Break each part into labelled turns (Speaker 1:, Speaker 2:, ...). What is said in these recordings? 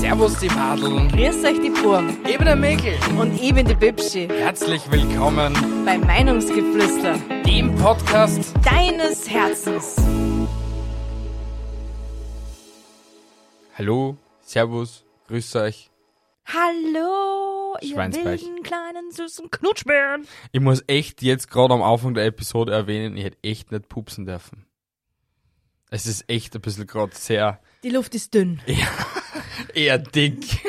Speaker 1: Servus die Madeln,
Speaker 2: Grüß euch die Burm
Speaker 1: eben der Mäkel.
Speaker 2: und ich bin die Bibschi
Speaker 1: Herzlich willkommen
Speaker 2: bei Meinungsgeflüster
Speaker 1: dem Podcast.
Speaker 2: deines Herzens.
Speaker 1: Hallo, Servus, grüß euch.
Speaker 2: Hallo, ihr
Speaker 1: Schweinsbeich.
Speaker 2: wilden kleinen süßen Knutschbären.
Speaker 1: Ich muss echt jetzt gerade am Anfang der Episode erwähnen, ich hätte echt nicht pupsen dürfen. Es ist echt ein bisschen gerade sehr
Speaker 2: Die Luft ist dünn,
Speaker 1: eher dick.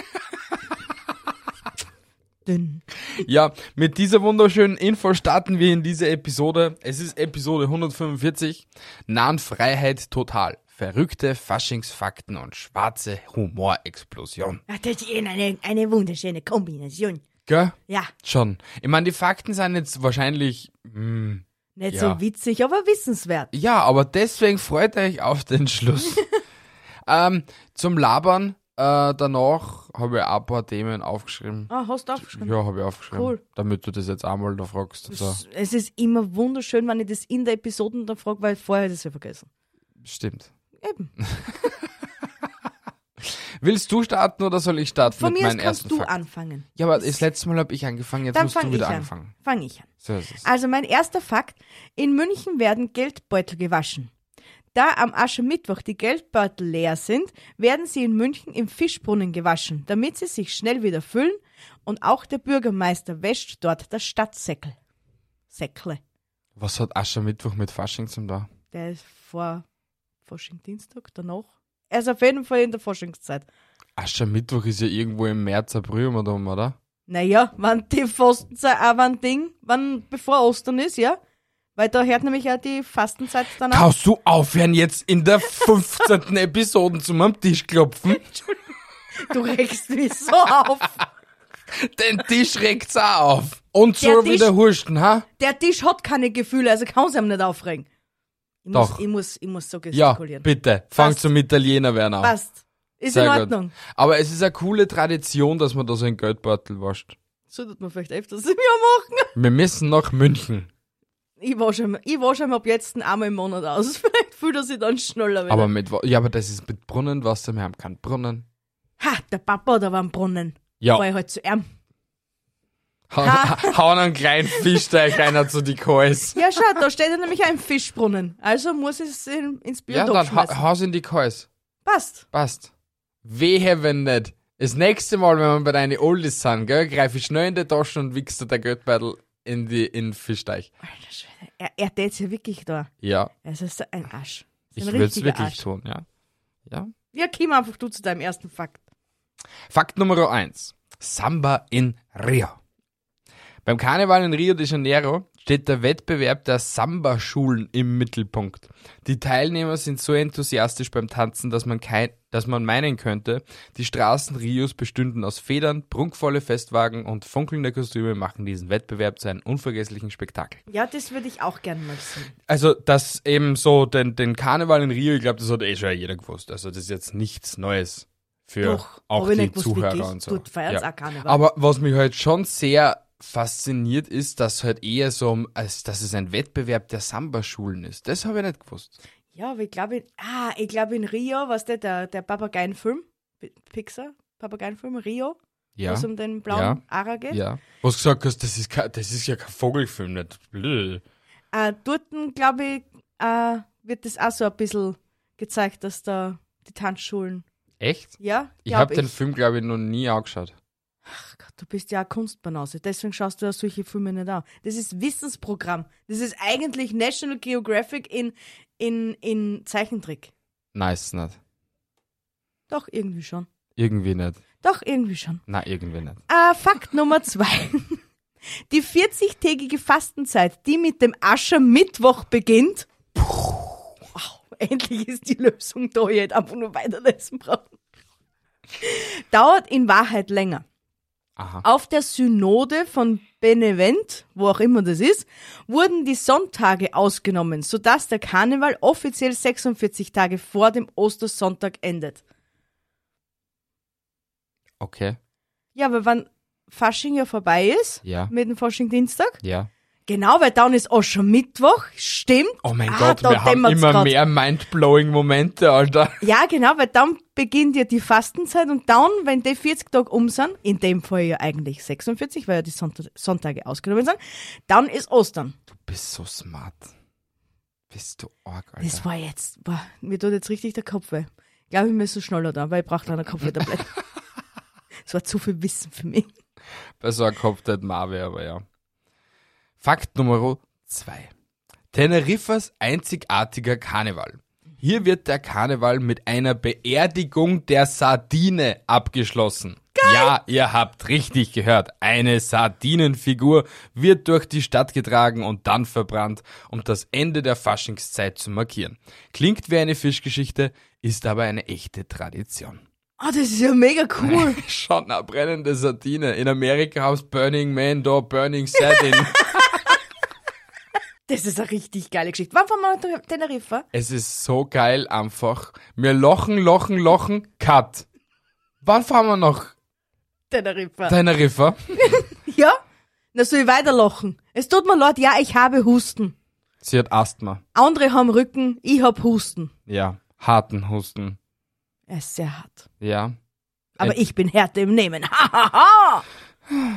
Speaker 2: dünn.
Speaker 1: Ja, mit dieser wunderschönen Info starten wir in diese Episode. Es ist Episode 145. Nahenfreiheit total. Verrückte Faschingsfakten und schwarze Humorexplosion.
Speaker 2: Ach, Das ist eh eine, eine wunderschöne Kombination.
Speaker 1: Gell?
Speaker 2: Ja,
Speaker 1: Schon. Ich meine, die Fakten sind jetzt wahrscheinlich. Mh,
Speaker 2: nicht
Speaker 1: Ja.
Speaker 2: so witzig, aber wissenswert.
Speaker 1: ja, aber deswegen freut euch auf den Schluss. ähm, zum Labern. Äh, danach habe ich auch ein paar Themen aufgeschrieben.
Speaker 2: Ah, hast du aufgeschrieben?
Speaker 1: Ja, habe ich aufgeschrieben.
Speaker 2: Cool.
Speaker 1: Damit du das jetzt einmal da fragst. So.
Speaker 2: Es ist immer wunderschön, wenn ich das in der Episode dann frage, weil vorher hätte ich es ja vergessen.
Speaker 1: Stimmt.
Speaker 2: Eben.
Speaker 1: Willst du starten oder soll ich starten
Speaker 2: Von
Speaker 1: mit
Speaker 2: mir aus
Speaker 1: meinen
Speaker 2: kannst
Speaker 1: ersten
Speaker 2: du
Speaker 1: Fakten?
Speaker 2: anfangen.
Speaker 1: Ja, aber das letzte Mal habe ich angefangen, jetzt
Speaker 2: Dann
Speaker 1: musst du
Speaker 2: fange ich
Speaker 1: wieder
Speaker 2: an.
Speaker 1: anfangen.
Speaker 2: Fange ich an.
Speaker 1: So ist es.
Speaker 2: Also mein erster Fakt. In München werden Geldbeutel gewaschen. Da am Aschermittwoch die Geldbeutel leer sind, werden sie in München im Fischbrunnen gewaschen, damit sie sich schnell wieder füllen und auch der Bürgermeister wäscht dort das Stadtsäckel. Säckle.
Speaker 1: Was hat Aschermittwoch mit Fasching zum da?
Speaker 2: Der ist vor Faschingdienstag, danach. Er ist auf jeden Fall in der Forschungszeit.
Speaker 1: Aschermittwoch ist ja irgendwo im März, April immer da, oder?
Speaker 2: Naja, wann die Fastenzeit auch ein Ding, wann bevor Ostern ist, ja? Weil da hört nämlich auch die Fastenzeit dann auf.
Speaker 1: Kannst du aufhören, jetzt in der 15. Episode zum am Tisch klopfen?
Speaker 2: Du regst mich so auf.
Speaker 1: Den Tisch regt's auch auf. Und
Speaker 2: Der
Speaker 1: so
Speaker 2: Tisch-
Speaker 1: wieder huschen, ha?
Speaker 2: Der Tisch hat keine Gefühle, also kann sie ihm nicht aufregen. Ich
Speaker 1: Doch.
Speaker 2: Muss, ich, muss, ich muss so
Speaker 1: Ja,
Speaker 2: gestikulieren.
Speaker 1: bitte. Fang
Speaker 2: Passt.
Speaker 1: zum Italiener werden an.
Speaker 2: Passt. Ist in Ordnung.
Speaker 1: Gut. Aber es ist eine coole Tradition, dass man da so einen Geldbeutel wascht.
Speaker 2: Sollte man vielleicht öfters im Jahr machen.
Speaker 1: Wir müssen nach München.
Speaker 2: Ich wasche ihm, ich wasche ihm ab jetzt einmal im Monat aus. Vielleicht fühlt er sich dann schneller wieder.
Speaker 1: Aber mit, Wa- ja, aber das ist mit Brunnenwasser, wir haben keinen Brunnen.
Speaker 2: ha, der Papa da war am Brunnen.
Speaker 1: Ja.
Speaker 2: War ich halt zu arm.
Speaker 1: Hauen hauen einen kleinen Fischteich einer zu die Kals.
Speaker 2: Ja, schau, da steht ja nämlich ein Fischbrunnen. Also muss ich es in, ins
Speaker 1: Ja,
Speaker 2: Biotop
Speaker 1: dann
Speaker 2: schmeißen.
Speaker 1: ha haus in die Kals.
Speaker 2: Passt.
Speaker 1: Passt. Wehe, wenn nicht. Das nächste Mal, wenn wir bei deinen Oldies sind, gell, greife ich schnell in die Tasche und wichse der Geldbeutel in die in den Fischteich.
Speaker 2: Alter Schwede. Er, er tät's ja wirklich da.
Speaker 1: Ja,
Speaker 2: Es ist so ein Arsch. So
Speaker 1: ich
Speaker 2: ein
Speaker 1: würde es
Speaker 2: richtiger
Speaker 1: wirklich
Speaker 2: Arsch.
Speaker 1: tun, ja. ja.
Speaker 2: Ja, komm einfach du zu deinem ersten Fakt.
Speaker 1: Fakt Nummer eins: Samba in Rio. Beim Karneval in Rio de Janeiro steht der Wettbewerb der Samba-Schulen im Mittelpunkt. Die Teilnehmer sind so enthusiastisch beim Tanzen, dass man, kein, dass man meinen könnte, die Straßen Rios bestünden aus Federn, prunkvolle Festwagen und funkelnde Kostüme machen diesen Wettbewerb zu einem unvergesslichen Spektakel.
Speaker 2: Ja, das würde ich auch gern mal sehen.
Speaker 1: Also, dass eben so den, den Karneval in Rio, ich glaube, das hat eh schon jeder gewusst. Also, das ist jetzt nichts Neues für
Speaker 2: Doch,
Speaker 1: auch
Speaker 2: hab ich
Speaker 1: die
Speaker 2: nicht gewusst,
Speaker 1: Zuhörer
Speaker 2: wirklich.
Speaker 1: und so.
Speaker 2: Dort feiert's auch Karneval.
Speaker 1: Aber was mich halt schon sehr fasziniert ist, dass halt eher so, um- als dass es ein Wettbewerb der Samba-Schulen ist. Das habe ich nicht gewusst.
Speaker 2: Ja, aber ich glaube, in- ah, ich glaube in Rio, was der, der, der Papageienfilm, P- Pixar, Papageienfilm, Rio, wo
Speaker 1: Ja.
Speaker 2: es um den blauen
Speaker 1: Ja.
Speaker 2: Ara geht.
Speaker 1: Ja. Was du gesagt hast, das ist, kein- das ist ja kein Vogelfilm, nicht blöd.
Speaker 2: Äh, dort, glaube ich, äh, wird das auch so ein bisschen gezeigt, dass da die Tanzschulen,
Speaker 1: Echt?
Speaker 2: ja,
Speaker 1: Ich
Speaker 2: glaub
Speaker 1: habe den Film, glaube ich, noch nie angeschaut.
Speaker 2: Ach Gott, du bist ja eine Kunstbanause, deswegen schaust du ja solche Filme nicht an. Das ist Wissensprogramm. Das ist eigentlich National Geographic in, in, in Zeichentrick.
Speaker 1: Nice nicht.
Speaker 2: Doch, irgendwie schon.
Speaker 1: Irgendwie nicht.
Speaker 2: Doch, irgendwie schon.
Speaker 1: Na, irgendwie nicht.
Speaker 2: Äh, Fakt Nummer zwei. Die 40-tägige Fastenzeit, die mit dem Aschermittwoch beginnt. Wow, endlich ist die Lösung da. Ich hätte einfach nur weiterlesen brauchen. Dauert in Wahrheit länger.
Speaker 1: Aha.
Speaker 2: Auf der Synode von Benevent, wo auch immer das ist, wurden die Sonntage ausgenommen, sodass der Karneval offiziell 46 Tage vor dem Ostersonntag endet.
Speaker 1: Okay.
Speaker 2: Ja, aber wann Fasching ja vorbei ist,
Speaker 1: Ja.
Speaker 2: mit dem Faschingdienstag,
Speaker 1: Ja.
Speaker 2: Genau, weil dann ist auch schon Mittwoch, stimmt.
Speaker 1: Oh mein
Speaker 2: Ah,
Speaker 1: Gott,
Speaker 2: da
Speaker 1: wir haben
Speaker 2: dämmert's
Speaker 1: immer
Speaker 2: grad.
Speaker 1: mehr mindblowing Momente, Alter.
Speaker 2: Ja, genau, weil dann beginnt ja die Fastenzeit und dann, wenn die 40 Tage um sind, in dem Fall ja eigentlich 46, weil ja die Sonnt- Sonntage ausgenommen sind, dann ist Ostern.
Speaker 1: Bist so smart. Bist du arg, Alter.
Speaker 2: Das war jetzt, boah, mir tut jetzt richtig der Kopf weh. Ich glaube, ich müsste schneller da, weil ich brauche eine Kopfwehtablette. Das war zu viel Wissen für mich.
Speaker 1: Bei so einem Kopf der Marve, aber ja. Fakt Nummer zwei: Teneriffas einzigartiger Karneval. Hier wird der Karneval mit einer Beerdigung der Sardine abgeschlossen. Ja, ihr habt richtig gehört. Eine Sardinenfigur wird durch die Stadt getragen und dann verbrannt, um das Ende der Faschingszeit zu markieren. Klingt wie eine Fischgeschichte, ist aber eine echte Tradition.
Speaker 2: Ah, das ist ja mega cool.
Speaker 1: Schon eine brennende Sardine. In Amerika haben's Burning Man da, Burning Sardine.
Speaker 2: Das ist eine richtig geile Geschichte. Wann fahren wir nach Tener- Teneriffa?
Speaker 1: es ist so geil einfach. Wir lochen, lochen, lochen, cut. Wann fahren wir nach
Speaker 2: Teneriffa.
Speaker 1: Teneriffa?
Speaker 2: ja? Na, soll ich weiterlachen? Es tut mir leid, ja, ich habe Husten.
Speaker 1: Sie hat Asthma.
Speaker 2: Andere haben Rücken, ich habe Husten.
Speaker 1: Ja, harten Husten.
Speaker 2: Er ist sehr hart.
Speaker 1: Ja.
Speaker 2: Aber
Speaker 1: Äh.
Speaker 2: ich bin Härte im Nehmen. Ha, ha, ha.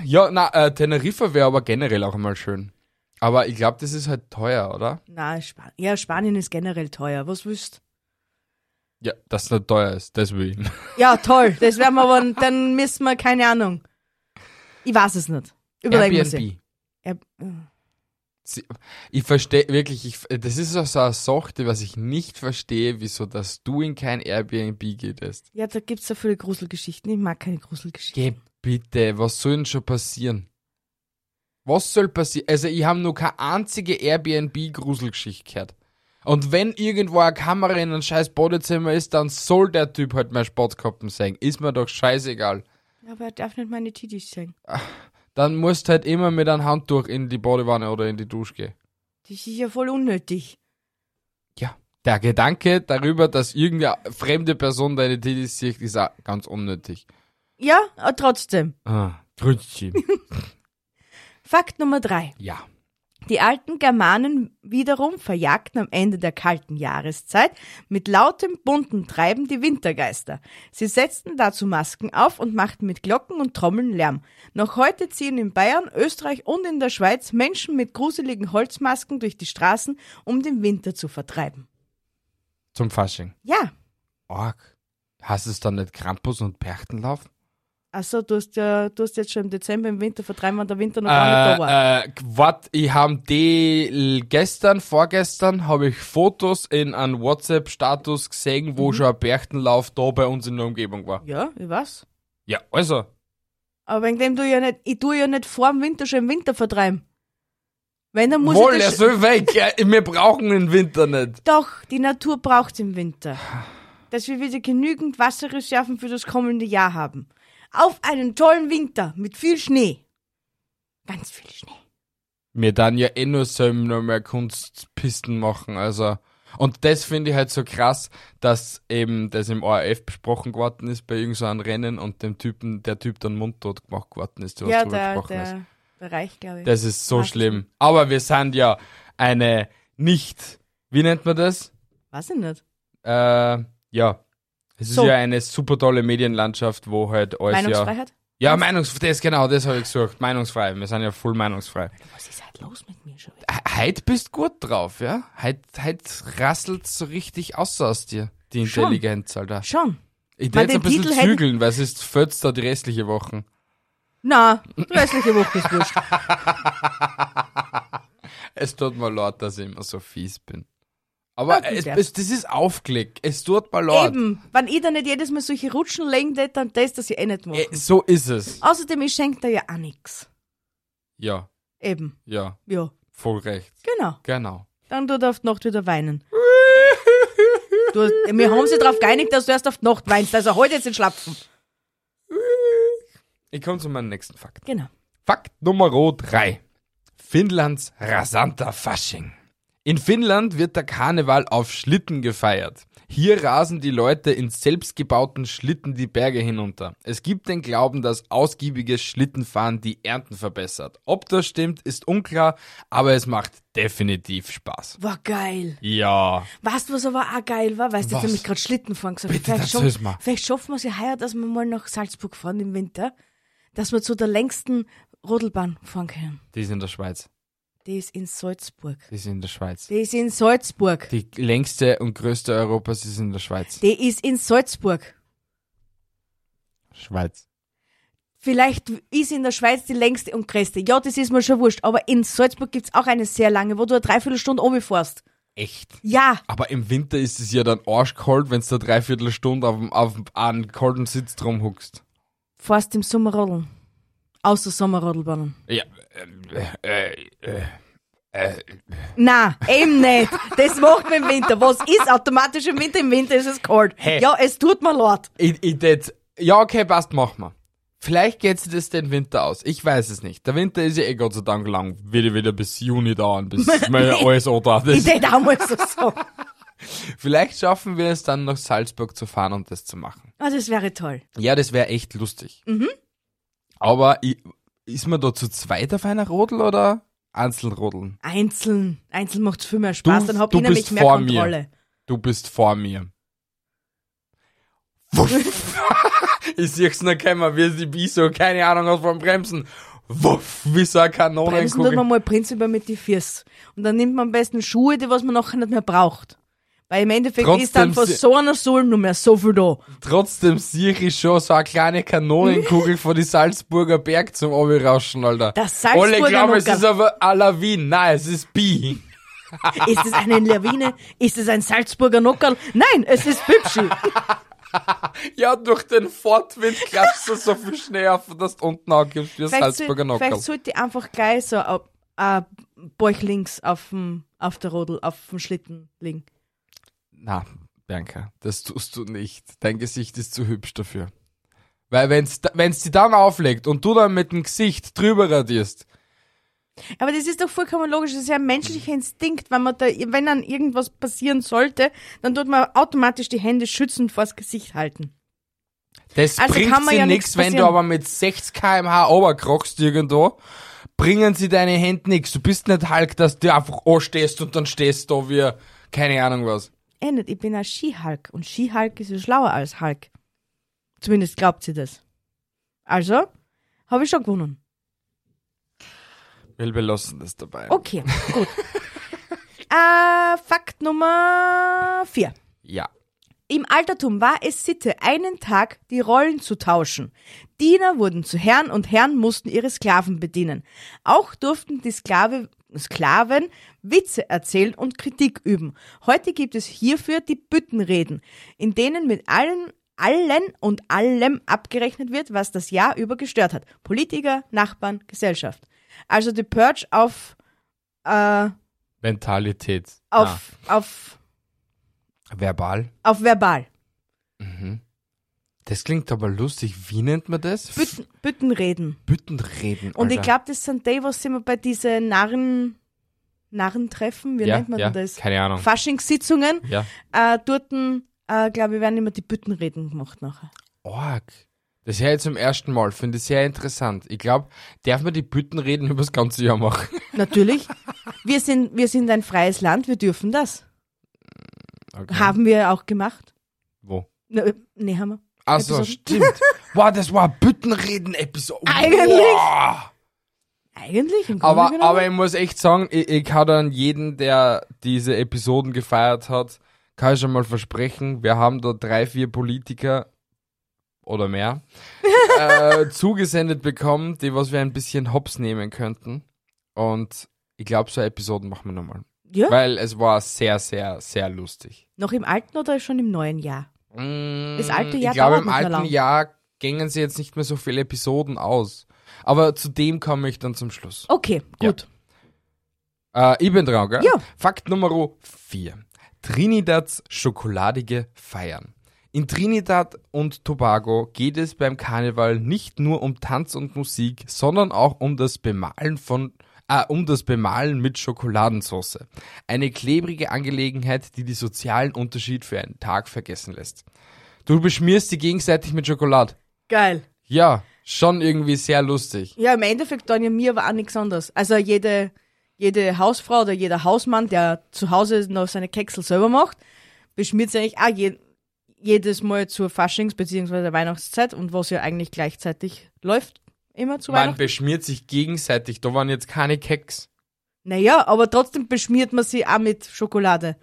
Speaker 1: Ja, na, äh, Teneriffa wäre aber generell auch mal schön. Aber ich glaube, das ist halt teuer, oder?
Speaker 2: Na, Span ja, Spanien ist generell teuer. Was willst
Speaker 1: Ja, dass es nicht teuer ist, das will ich.
Speaker 2: Ja, toll. Das werden wir aber, dann müssen wir, keine Ahnung. Ich weiß es nicht. Überlegen wir sich.
Speaker 1: Airbnb.
Speaker 2: Er-
Speaker 1: Sie- Ich verstehe wirklich, ich, das ist so eine Sache, die was ich nicht verstehe, wieso dass du in kein Airbnb gehst.
Speaker 2: Ja, da gibt's so viele Gruselgeschichten. Ich mag keine Gruselgeschichten.
Speaker 1: Geh bitte, was soll denn schon passieren? Was soll passieren? Also, ich habe noch keine einzige Airbnb-Gruselgeschichte gehört. Und wenn irgendwo eine Kamera in einem scheiß Badezimmer ist, dann soll der Typ halt mein Sportkappen sein. Ist mir doch scheißegal.
Speaker 2: Aber er darf nicht meine Titis sehen.
Speaker 1: Dann musst halt immer mit einem Handtuch in die Badewanne oder in die Dusche gehen.
Speaker 2: Das ist ja voll unnötig.
Speaker 1: Ja. Der Gedanke darüber, dass irgendeine fremde Person deine Titis sieht, ist auch ganz unnötig.
Speaker 2: Ja, aber trotzdem.
Speaker 1: Ah, trotzdem.
Speaker 2: Fakt Nummer drei.
Speaker 1: ja.
Speaker 2: Die alten Germanen wiederum verjagten am Ende der kalten Jahreszeit mit lautem bunten Treiben die Wintergeister. Sie setzten dazu Masken auf und machten mit Glocken und Trommeln Lärm. Noch heute ziehen in Bayern, Österreich und in der Schweiz Menschen mit gruseligen Holzmasken durch die Straßen, um den Winter zu vertreiben.
Speaker 1: Zum Fasching.
Speaker 2: Ja,
Speaker 1: Org. Hast es dann nicht Krampus und Perchtenlauf?
Speaker 2: also du hast, ja, du hast jetzt schon im Dezember im Winter vertreiben, wenn der Winter noch gar nicht da war.
Speaker 1: Äh, äh, wat, ich hab die l- gestern, vorgestern, habe ich Fotos in einem WhatsApp-Status gesehen,
Speaker 2: Mhm.
Speaker 1: wo schon ein Berchtenlauf da bei uns in der Umgebung war.
Speaker 2: Ja, ich weiß.
Speaker 1: Ja, also.
Speaker 2: Aber wegen dem tu ich ja nicht, ich tu ja nicht vor dem Winter schon im Winter vertreiben. Wenn, dann muss
Speaker 1: Wohl,
Speaker 2: ich
Speaker 1: er
Speaker 2: das
Speaker 1: soll weg. Ja, Wir brauchen den Winter nicht.
Speaker 2: Doch, die Natur braucht im Winter. Dass wir wieder genügend Wasserreserven für das kommende Jahr haben. Auf einen tollen Winter mit viel Schnee. Ganz viel Schnee.
Speaker 1: Wir dann ja eh nur selber noch mehr Kunstpisten machen, also. Und das finde ich halt so krass, dass eben das im ORF besprochen geworden ist bei irgendeinem Rennen und dem Typen, der Typ dann mundtot gemacht geworden ist, der was
Speaker 2: ja,
Speaker 1: drüber
Speaker 2: der,
Speaker 1: gesprochen ist.
Speaker 2: der Bereich, glaube ich.
Speaker 1: Das ist so
Speaker 2: Passt.
Speaker 1: schlimm. Aber wir sind ja eine nicht, wie nennt man das?
Speaker 2: Weiß ich nicht.
Speaker 1: Äh, ja. Es ist
Speaker 2: So.
Speaker 1: ja eine super tolle Medienlandschaft, wo halt alles ja.
Speaker 2: Meinungsfreiheit?
Speaker 1: Ja, Meinungsfreiheit, das genau, das habe ich gesucht. Meinungsfrei. Wir sind ja voll meinungsfrei.
Speaker 2: Was ist halt los mit mir schon wieder?
Speaker 1: He- Heut bist gut drauf, ja? Heut, heut rasselt so richtig außer aus dir, die
Speaker 2: Schon.
Speaker 1: Intelligenz, Alter.
Speaker 2: Schon.
Speaker 1: Ich tue
Speaker 2: Man,
Speaker 1: jetzt ein
Speaker 2: den
Speaker 1: bisschen
Speaker 2: Titel hätten-
Speaker 1: zügeln, weil es ist fetzt da die restliche Woche.
Speaker 2: Na, die restliche Woche ist wurscht.
Speaker 1: Es tut mir leid, dass ich immer so fies bin. Aber
Speaker 2: Ja, du
Speaker 1: es,
Speaker 2: darfst.
Speaker 1: es, das ist Aufklick. Es tut mir leid.
Speaker 2: Eben, wenn ich da nicht jedes Mal solche Rutschen legen tät, dann das, dass ich eh nicht mache.
Speaker 1: Äh, so ist es.
Speaker 2: Außerdem, ich schenke da ja auch nichts.
Speaker 1: Ja,
Speaker 2: Eben,
Speaker 1: ja,
Speaker 2: ja,
Speaker 1: voll recht.
Speaker 2: genau.
Speaker 1: Genau.
Speaker 2: Dann tut er auf die Nacht wieder weinen. Du, wir haben sie darauf geeinigt, dass du erst auf die Nacht weinst. Also heute jetzt den Schlapfen.
Speaker 1: Ich komme zu meinem nächsten Fakt.
Speaker 2: Genau.
Speaker 1: Fakt Nummer 3. Finnlands rasanter Fasching. In Finnland wird der Karneval auf Schlitten gefeiert. Hier rasen die Leute in selbstgebauten Schlitten die Berge hinunter. Es gibt den Glauben, dass ausgiebiges Schlittenfahren die Ernten verbessert. Ob das stimmt, ist unklar, aber es macht definitiv Spaß.
Speaker 2: War geil.
Speaker 1: Ja.
Speaker 2: Weißt du, was aber auch geil war? Weißt du, jetzt
Speaker 1: Was?
Speaker 2: hab ich gerade Schlittenfahren gesagt.
Speaker 1: Bitte,
Speaker 2: vielleicht,
Speaker 1: erzähl's
Speaker 2: schaff-
Speaker 1: mal.
Speaker 2: vielleicht schaffen wir es ja heuer, dass wir mal nach Salzburg fahren im Winter, dass wir zu der längsten Rodelbahn fahren können.
Speaker 1: Die ist in der Schweiz.
Speaker 2: Die ist in Salzburg.
Speaker 1: Die ist in der Schweiz.
Speaker 2: Die ist in Salzburg.
Speaker 1: Die längste und größte Europas ist in der Schweiz.
Speaker 2: Die ist in Salzburg.
Speaker 1: Schweiz.
Speaker 2: Vielleicht ist in der Schweiz die längste und größte. Ja, das ist mir schon wurscht. Aber in Salzburg gibt's auch eine sehr lange, wo du eine Dreiviertelstunde oben fährst.
Speaker 1: Echt?
Speaker 2: Ja,
Speaker 1: Aber im Winter ist es ja dann arschkalt, wenn du da dreiviertel Stunde auf, dem- auf dem- an kalten Sitz drum huckst.
Speaker 2: fährst im Sommer rodeln. Außer Sommerrodelbahnen.
Speaker 1: Ja, äh, äh, äh,
Speaker 2: Na, eben nicht. Das macht man im Winter. Was ist automatisch im Winter? Im Winter ist es kalt.
Speaker 1: Hey.
Speaker 2: Ja, es tut mir leid.
Speaker 1: ich, ich tät, ja, okay, passt, mach mal. Vielleicht geht's das den Winter aus. Ich weiß es nicht. Der Winter ist ja eh Gott sei Dank lang. Wieder wieder bis Juni dauern, bis meine alles da
Speaker 2: Ich
Speaker 1: ist.
Speaker 2: tät auch mal so sagen.
Speaker 1: Vielleicht schaffen wir es dann nach Salzburg zu fahren und das zu machen.
Speaker 2: Ah, das wäre toll.
Speaker 1: Ja, das wäre echt lustig.
Speaker 2: Mhm.
Speaker 1: Aber i- ist man da zu zweit auf einer Rodel oder Einzelrodeln?
Speaker 2: Einzeln. Einzeln macht's viel mehr Spaß.
Speaker 1: Du-
Speaker 2: Dann hab
Speaker 1: du
Speaker 2: ich nämlich
Speaker 1: bist
Speaker 2: mehr
Speaker 1: vor mir.
Speaker 2: Kontrolle.
Speaker 1: Du bist vor mir. Wuff. ich sieh's noch kämmer, wie sie wie so keine Ahnung hat vom Bremsen. Wuff, wie so eine
Speaker 2: Bremsen tut man
Speaker 1: Kanonenkugel.
Speaker 2: mal prinzipiell mit die Füße. Und dann nimmt man am besten Schuhe, die was man nachher nicht mehr braucht. Weil im Endeffekt ist
Speaker 1: Trotzdem
Speaker 2: dann von
Speaker 1: sie-
Speaker 2: so einer Sohle nur mehr so viel da.
Speaker 1: Trotzdem sehe ich schon so eine kleine Kanonenkugel von die Salzburger Berg zum Oberrauschen, Alter.
Speaker 2: Das Salzburger
Speaker 1: Alle glauben, es
Speaker 2: Nuckerl.
Speaker 1: ist aber eine Lawine. Nein, es ist Bi.
Speaker 2: Ist es eine Lawine? Ist es ein Salzburger Nockerl? Nein, es ist Bibschi.
Speaker 1: Ja, durch den Fortwind klappst du so viel Schnee auf, dass du unten ankommst wie ein
Speaker 2: Vielleicht,
Speaker 1: Salzburger
Speaker 2: soll,
Speaker 1: Nockerl.
Speaker 2: vielleicht sollte ich einfach gleich so ab- ab Bauch links auf dem, auf der Rodel, auf dem Schlitten liegen.
Speaker 1: Na, Bianca, das tust du nicht. Dein Gesicht ist zu hübsch dafür. Weil wenn's, da- wenn's die dann auflegt und du dann mit dem Gesicht drüber radierst,
Speaker 2: Aber das ist doch vollkommen logisch. Das ist ja ein menschlicher Instinkt. Wenn man da, wenn dann irgendwas passieren sollte, dann tut man automatisch die Hände schützend vors Gesicht halten.
Speaker 1: das
Speaker 2: Also
Speaker 1: bringt
Speaker 2: kann man
Speaker 1: sie
Speaker 2: ja
Speaker 1: nichts,
Speaker 2: nichts
Speaker 1: wenn du
Speaker 2: passieren.
Speaker 1: aber mit 60 kmh oberkrochst irgendwo, bringen sie deine Hände nichts. Du bist nicht Hulk, dass du einfach anstehst und dann stehst du da wie, keine Ahnung was.
Speaker 2: Äh nicht, ich bin ein Skihulk. Und Skihulk ist ja schlauer als Hulk. Zumindest glaubt sie das. Also, habe ich schon gewonnen.
Speaker 1: Will belassen das dabei.
Speaker 2: Okay, gut. äh, Fakt Nummer vier.
Speaker 1: Ja.
Speaker 2: Im Altertum war es Sitte, einen Tag die Rollen zu tauschen. Diener wurden zu Herren und Herren mussten ihre Sklaven bedienen. Auch durften die Sklave, Sklaven Witze erzählen und Kritik üben. Heute gibt es hierfür die Büttenreden, in denen mit allen allen und allem abgerechnet wird, was das Jahr über gestört hat. Politiker, Nachbarn, Gesellschaft. Also die Purge auf, äh,
Speaker 1: Mentalität.
Speaker 2: auf, auf,
Speaker 1: Na, verbal.
Speaker 2: auf verbal.
Speaker 1: Das klingt aber lustig. Wie nennt man das?
Speaker 2: Bütten, Büttenreden.
Speaker 1: Büttenreden.
Speaker 2: Und ich
Speaker 1: Alter.
Speaker 2: glaube, das sind die, was sind wir bei diesen Narren, Narrentreffen, wie nennt man
Speaker 1: ja,
Speaker 2: denn das?
Speaker 1: Keine Ahnung.
Speaker 2: Faschingssitzungen,
Speaker 1: ja.
Speaker 2: äh, dort, äh, glaube ich, werden immer die Büttenreden gemacht nachher.
Speaker 1: Org. Das höre ich zum ersten Mal, finde ich sehr interessant. Ich glaube, darf man die Büttenreden über das ganze Jahr machen?
Speaker 2: Natürlich. wir, sind, wir sind ein freies Land, wir dürfen das. Haben wir auch gemacht.
Speaker 1: Wo?
Speaker 2: Na, äh, Nee, haben wir.
Speaker 1: Achso,
Speaker 2: Episoden.
Speaker 1: stimmt. Wow, das war Büttenreden-Episode.
Speaker 2: Eigentlich.
Speaker 1: Wow.
Speaker 2: Eigentlich, im Grunde
Speaker 1: Aber,
Speaker 2: genommen.
Speaker 1: aber ich muss echt sagen, ich, ich kann dann jeden, der diese Episoden gefeiert hat, kann ich schon mal versprechen, wir haben da drei, vier Politiker oder mehr äh, zugesendet bekommen, die was wir ein bisschen hops nehmen könnten. Und ich glaube, so Episoden machen wir nochmal.
Speaker 2: ja,
Speaker 1: Weil es war sehr, sehr, sehr lustig.
Speaker 2: noch im alten oder schon im neuen Jahr?
Speaker 1: Das
Speaker 2: alte Jahr
Speaker 1: Ich glaube,
Speaker 2: dauert
Speaker 1: im
Speaker 2: nicht mehr
Speaker 1: alten
Speaker 2: lang.
Speaker 1: Jahr gingen sie jetzt nicht mehr so viele Episoden aus. Aber zu dem komme ich dann zum Schluss.
Speaker 2: Okay,
Speaker 1: Ja.
Speaker 2: gut.
Speaker 1: Äh, ich bin dran, gell?
Speaker 2: Ja.
Speaker 1: Fakt Nummer 4. Trinidads schokoladige Feiern. In Trinidad und Tobago geht es beim Karneval nicht nur um Tanz und Musik, sondern auch um das Bemalen von Ah, um das Bemalen mit Schokoladensauce. Eine klebrige Angelegenheit, die die sozialen Unterschied für einen Tag vergessen lässt. Du beschmierst die gegenseitig mit Schokolade.
Speaker 2: Geil.
Speaker 1: Ja, schon irgendwie sehr lustig.
Speaker 2: Ja, im Endeffekt tun ja mir aber auch nichts anderes. Also jede, jede Hausfrau oder jeder Hausmann, der zu Hause noch seine Keksel selber macht, beschmiert sie eigentlich auch je, jedes Mal zur Faschings- bzw. der Weihnachtszeit und was ja eigentlich gleichzeitig läuft, immer zu
Speaker 1: Man
Speaker 2: Weihnachten.
Speaker 1: beschmiert sich gegenseitig. Da waren jetzt keine Keks.
Speaker 2: Naja, aber trotzdem beschmiert man sie auch mit Schokolade.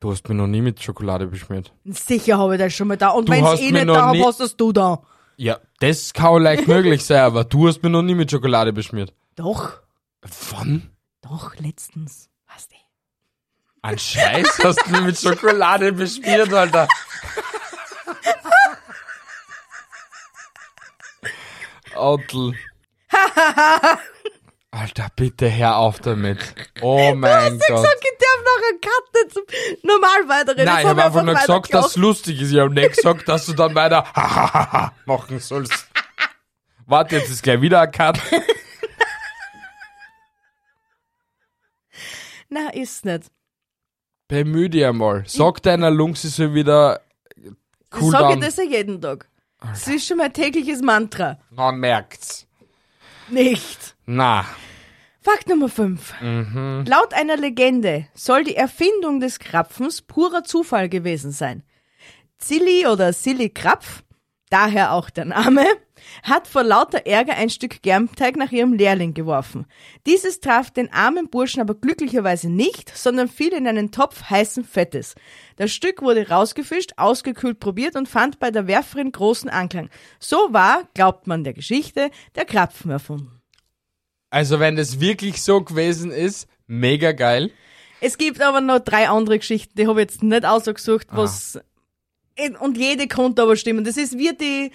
Speaker 1: Du hast mich noch nie mit Schokolade beschmiert.
Speaker 2: Sicher habe ich das schon mal da. Und
Speaker 1: Du
Speaker 2: wenn
Speaker 1: hast
Speaker 2: es eh
Speaker 1: mir
Speaker 2: nicht
Speaker 1: noch
Speaker 2: da
Speaker 1: nie-
Speaker 2: hast das du da.
Speaker 1: Ja, das kann leicht möglich sein, aber du hast mich noch nie mit Schokolade beschmiert.
Speaker 2: Doch,
Speaker 1: Wann?
Speaker 2: doch, letztens. Hast du?
Speaker 1: An Scheiß hast du mich mit Schokolade beschmiert, Alter. Adl. Alter, bitte hör auf damit. Oh mein
Speaker 2: Ich
Speaker 1: Gott.
Speaker 2: sag, ich darf noch einen Cut nicht zum normal weiterreden.
Speaker 1: Nein, ich
Speaker 2: hab
Speaker 1: habe einfach nur gesagt, dass es
Speaker 2: weitergelacht.
Speaker 1: lustig ist. Ich habe nicht gesagt, dass du dann weiter machen sollst. Warte, jetzt ist gleich wieder ein Cut.
Speaker 2: Nein, ist nicht.
Speaker 1: Bemühe dich einmal. Sag deiner Lungs, sie soll wieder äh, cool
Speaker 2: ich sage
Speaker 1: down.
Speaker 2: das ja jeden Tag. Das ist schon mein tägliches Mantra.
Speaker 1: Man merkt's.
Speaker 2: Nicht.
Speaker 1: Na,
Speaker 2: Fakt Nummer 5. Laut einer Legende soll die Erfindung des Krapfens purer Zufall gewesen sein. Zilli oder Silly Krapf, daher auch der Name, hat vor lauter Ärger ein Stück Germteig nach ihrem Lehrling geworfen. Dieses traf den armen Burschen aber glücklicherweise nicht, sondern fiel in einen Topf heißen Fettes. Das Stück wurde rausgefischt, ausgekühlt probiert und fand bei der Werferin großen Anklang. So war, glaubt man der Geschichte, der Krapfen erfunden.
Speaker 1: also wenn das wirklich so gewesen ist, mega geil.
Speaker 2: Es gibt aber noch drei andere Geschichten, die habe ich jetzt nicht ausgesucht,
Speaker 1: Ah.
Speaker 2: was. Und jede konnte aber stimmen. Das ist wie die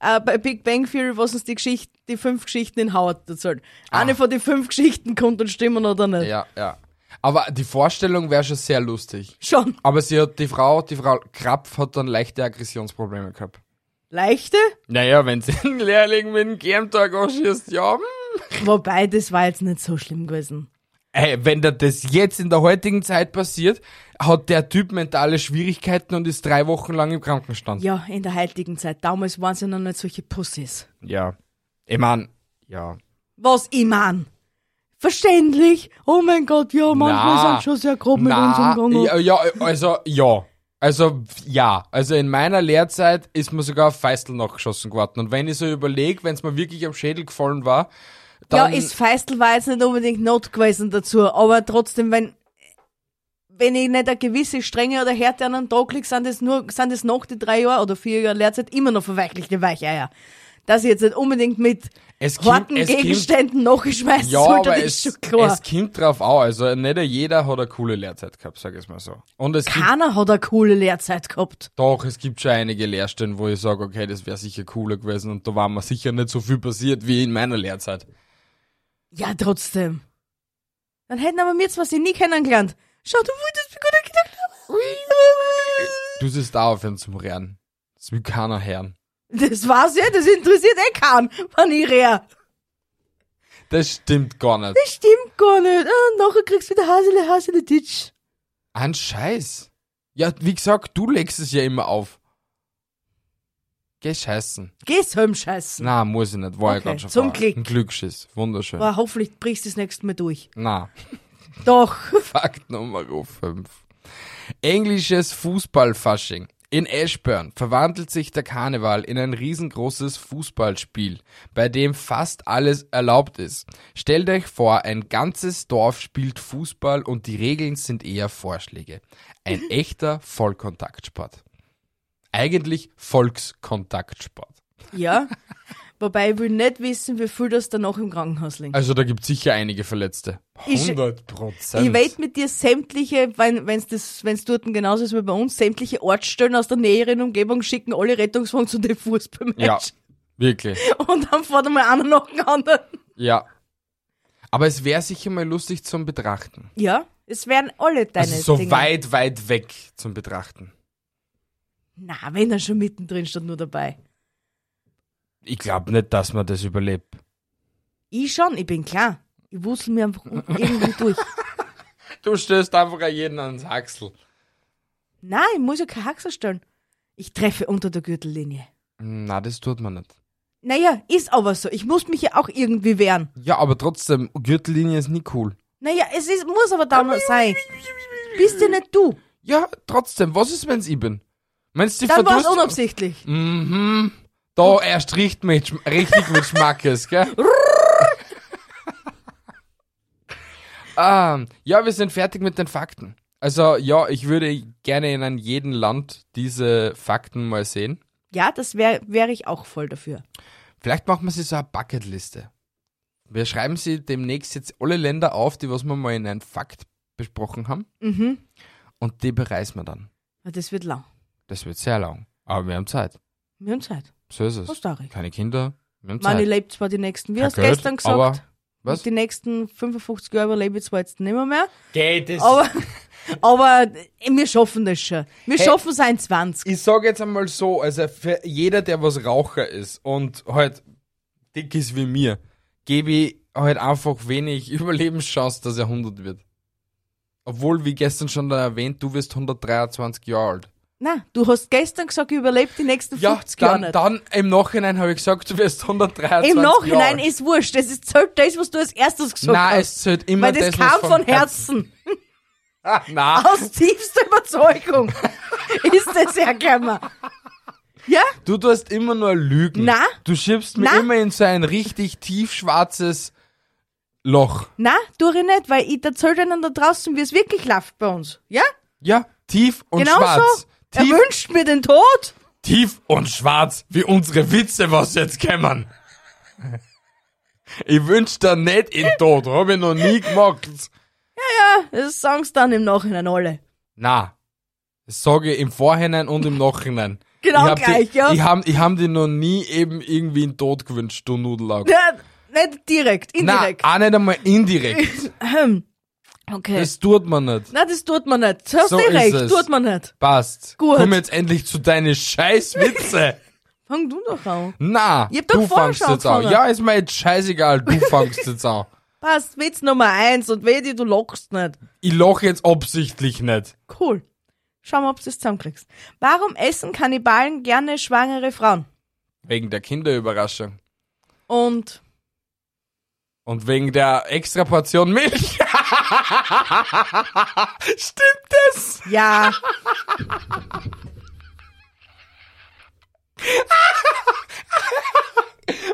Speaker 2: äh, bei Big Bang Theory, was uns die Geschichte, die fünf Geschichten in Howard erzählt. Eine von den fünf Geschichten konnte stimmen oder nicht.
Speaker 1: Ah. Ja, ja. Aber die Vorstellung wäre schon sehr lustig.
Speaker 2: Schon.
Speaker 1: Aber sie hat die Frau, die Frau Krapf hat dann leichte Aggressionsprobleme gehabt.
Speaker 2: Leichte?
Speaker 1: Naja, wenn sie einen Lehrling mit einem Germtag anschießt, ja. hm.
Speaker 2: Wobei, das war jetzt nicht so schlimm gewesen.
Speaker 1: Ey, wenn dir das jetzt in der heutigen Zeit passiert, hat der Typ mentale Schwierigkeiten und ist drei Wochen lang im Krankenstand.
Speaker 2: Ja, in der heutigen Zeit. Damals waren sie noch nicht solche Pussys.
Speaker 1: Ja. Ich mein, ja.
Speaker 2: Was ich mein. Verständlich. Oh mein Gott, ja, manchmal
Speaker 1: Na,
Speaker 2: sind schon sehr grob mit uns
Speaker 1: Na,
Speaker 2: umgegangen.
Speaker 1: ja, ja, also ja. Also ja, also in meiner Lehrzeit ist mir sogar auf Feistel nachgeschossen geworden. Und wenn ich so überlege, wenn es mir wirklich am Schädel gefallen war,
Speaker 2: Ja,
Speaker 1: dann
Speaker 2: ist Feistl war jetzt nicht unbedingt not gewesen dazu, aber trotzdem, wenn, wenn ich nicht eine gewisse Strenge oder Härte an einen Tag leg, sind das nur, sind das noch die drei Jahre oder vier Jahre Lehrzeit immer noch verweichlichte Weicheier. Dass ich jetzt nicht unbedingt mit
Speaker 1: es kommt-
Speaker 2: harten
Speaker 1: es kommt-
Speaker 2: Gegenständen nachgeschmeißen
Speaker 1: Ja,
Speaker 2: sollte,
Speaker 1: aber
Speaker 2: das
Speaker 1: es,
Speaker 2: ist schon klar.
Speaker 1: es kommt drauf an. Also nicht jeder hat eine coole Lehrzeit gehabt, sag ich mal so. Und es gibt
Speaker 2: Keiner hat eine coole Lehrzeit gehabt.
Speaker 1: doch, es gibt schon einige Lehrstellen, wo ich sage, okay, das wäre sicher cooler gewesen und da war mir sicher nicht so viel passiert wie in meiner Lehrzeit.
Speaker 2: Ja, trotzdem. Dann hätten aber mir was sie nie kennengelernt. Schau, du wolltest mir gut gedacht haben.
Speaker 1: Du siehst auch aufhören zum Rehren. Das will keiner hören.
Speaker 2: Das war's ja, das interessiert eh keinen, wenn ich reh.
Speaker 1: Das stimmt gar nicht.
Speaker 2: Das stimmt gar nicht. Ah, nachher kriegst du wieder Hasele, Hasele, Ditsch.
Speaker 1: Ein Scheiß. Ja, wie gesagt, du legst es ja immer auf. Geh scheißen.
Speaker 2: Geh's heim scheißen.
Speaker 1: Na, muss ich nicht. War ja
Speaker 2: Okay,
Speaker 1: ganz schon
Speaker 2: zum
Speaker 1: vorher.
Speaker 2: Glück.
Speaker 1: Ein Glücksschiss. Wunderschön.
Speaker 2: Aber hoffentlich brichst du das nächste Mal durch.
Speaker 1: Na.
Speaker 2: Doch.
Speaker 1: Fakt Nummer 5. Englisches Fußballfasching. In Ashburn verwandelt sich der Karneval in ein riesengroßes Fußballspiel, bei dem fast alles erlaubt ist. Stellt euch vor, ein ganzes Dorf spielt Fußball und die Regeln sind eher Vorschläge. Ein echter Vollkontaktsport. Eigentlich Volkskontaktsport.
Speaker 2: Ja. Wobei ich will nicht wissen, wie viel das danach im Krankenhaus liegt.
Speaker 1: Also da gibt es sicher einige Verletzte.
Speaker 2: Ich-
Speaker 1: 100 Prozent.
Speaker 2: Ich wette mit dir sämtliche, wenn wenn's das, wenn's dort genauso ist wie bei uns, sämtliche Ortsstellen aus der näheren Umgebung schicken alle Rettungswagen zu den
Speaker 1: Ja,
Speaker 2: Fußballmatch.
Speaker 1: wirklich.
Speaker 2: Und dann fährt einmal einer nach dem anderen.
Speaker 1: Ja. Aber es wäre sicher mal lustig zum Betrachten.
Speaker 2: Ja, es werden alle deine
Speaker 1: also so
Speaker 2: Dinge.
Speaker 1: weit, weit weg zum Betrachten.
Speaker 2: Na, wenn er schon mittendrin stand, nur dabei.
Speaker 1: Ich glaube nicht, dass man das überlebt.
Speaker 2: Ich schon, ich bin klar. Ich wusel mir einfach unten irgendwie durch.
Speaker 1: Du stößt einfach an jeden ans Haxel.
Speaker 2: Nein, ich muss ja kein Haxer stellen. Ich treffe unter der Gürtellinie.
Speaker 1: Na, das tut man nicht.
Speaker 2: Naja, ist aber so. Ich muss mich ja auch irgendwie wehren.
Speaker 1: Ja, aber trotzdem, Gürtellinie ist nie cool.
Speaker 2: Naja, es ist, muss aber da noch sein. Bist ja nicht du.
Speaker 1: Ja, trotzdem, was ist, wenn's ich bin? Meinst du, die
Speaker 2: Dann war es
Speaker 1: verdurst-
Speaker 2: unabsichtlich.
Speaker 1: Mhm. Da erst riecht mit, Schm- richtig mit Schmackes, gell? ähm, ja, wir sind fertig mit den Fakten. Also ja, ich würde gerne in an jedem Land diese Fakten mal sehen.
Speaker 2: Ja, das wäre wär ich auch voll dafür.
Speaker 1: Vielleicht machen wir sie so eine Bucketliste. Wir schreiben sie demnächst jetzt alle Länder auf, die was wir mal in einem Fakt besprochen haben.
Speaker 2: Mhm.
Speaker 1: Und die bereisen wir dann.
Speaker 2: Aber Das wird lang.
Speaker 1: Das wird sehr lang. Aber wir haben Zeit.
Speaker 2: Wir haben Zeit.
Speaker 1: So ist es.
Speaker 2: Costa Rica.
Speaker 1: Keine Kinder. Wir haben
Speaker 2: Man, ich
Speaker 1: Zeit.
Speaker 2: lebe zwar die nächsten, wie
Speaker 1: Kein
Speaker 2: hast du
Speaker 1: Geld,
Speaker 2: gestern gesagt,
Speaker 1: aber- Was?
Speaker 2: die nächsten 55 Jahre lebe ich zwar jetzt nicht mehr, mehr
Speaker 1: Geht es
Speaker 2: aber, aber wir schaffen das schon. Wir
Speaker 1: Hey.
Speaker 2: schaffen es auch in 20.
Speaker 1: ich sage jetzt einmal so, also für jeder, der was Raucher ist und halt dick ist wie mir, gebe ich halt einfach wenig Überlebenschance, dass er 100 wird. Obwohl, wie gestern schon da erwähnt, du wirst 123 Jahre alt.
Speaker 2: Nein, du hast gestern gesagt, ich überlebe die nächsten
Speaker 1: Ja,
Speaker 2: 50 Jahre
Speaker 1: dann,
Speaker 2: nicht.
Speaker 1: dann im Nachhinein habe ich gesagt, du wirst 123
Speaker 2: Im Nachhinein
Speaker 1: Jahre alt.
Speaker 2: ist wurscht. Das ist zählt das, was du als erstes gesagt
Speaker 1: Nein,
Speaker 2: hast.
Speaker 1: es zählt immer
Speaker 2: Weil das
Speaker 1: was
Speaker 2: kam
Speaker 1: vom
Speaker 2: von Herzen.
Speaker 1: Herzen. Nein,
Speaker 2: Aus tiefster Überzeugung. ist das ja Kämmer. Ja?
Speaker 1: du tust immer nur Lügen.
Speaker 2: Na?
Speaker 1: Du schiebst mir
Speaker 2: Na?
Speaker 1: immer in so ein richtig tiefschwarzes Loch.
Speaker 2: Nein, tue ich nicht, weil ich erzähle denen da draußen, wie es wirklich läuft bei uns. Ja?
Speaker 1: Ja, tief und
Speaker 2: genau
Speaker 1: schwarz.
Speaker 2: so. Er
Speaker 1: Tief
Speaker 2: wünscht mir den Tod.
Speaker 1: tief und schwarz wie unsere Witze, was jetzt kämmern. Ich wünsch dir nicht in den Tod, hab ich noch nie gemacht.
Speaker 2: Das sagen sie dann im Nachhinein alle.
Speaker 1: Na, das sage ich im Vorhinein und im Nachhinein.
Speaker 2: Genau
Speaker 1: ich hab
Speaker 2: gleich,
Speaker 1: die,
Speaker 2: ja.
Speaker 1: Ich hab, ich hab dir noch nie eben irgendwie in den Tod gewünscht, du Nudelauge.
Speaker 2: Ja, nicht direkt,
Speaker 1: Na, ah.
Speaker 2: indirekt.
Speaker 1: auch nicht einmal indirekt.
Speaker 2: okay.
Speaker 1: Das tut man nicht.
Speaker 2: Nein, das tut man nicht. Das
Speaker 1: So
Speaker 2: hast
Speaker 1: ist
Speaker 2: du recht,
Speaker 1: es.
Speaker 2: tut man nicht.
Speaker 1: Passt.
Speaker 2: Gut.
Speaker 1: Komm jetzt endlich zu deinen Scheißwitze.
Speaker 2: Fang du doch an.
Speaker 1: Na,
Speaker 2: Ich hab doch
Speaker 1: du
Speaker 2: vorher
Speaker 1: fangst
Speaker 2: schon
Speaker 1: jetzt an.
Speaker 2: angefangen.
Speaker 1: Ja, ist mir jetzt scheißegal, du fangst jetzt an.
Speaker 2: Passt, Witz Nummer eins und weh dir, du lockst nicht.
Speaker 1: Ich lache jetzt absichtlich nicht.
Speaker 2: Cool. Schau mal, ob du das zusammenkriegst. Warum essen Kannibalen gerne schwangere Frauen?
Speaker 1: Wegen der Kinderüberraschung.
Speaker 2: Und
Speaker 1: Und wegen der extra Portion Milch. Stimmt das?
Speaker 2: ja,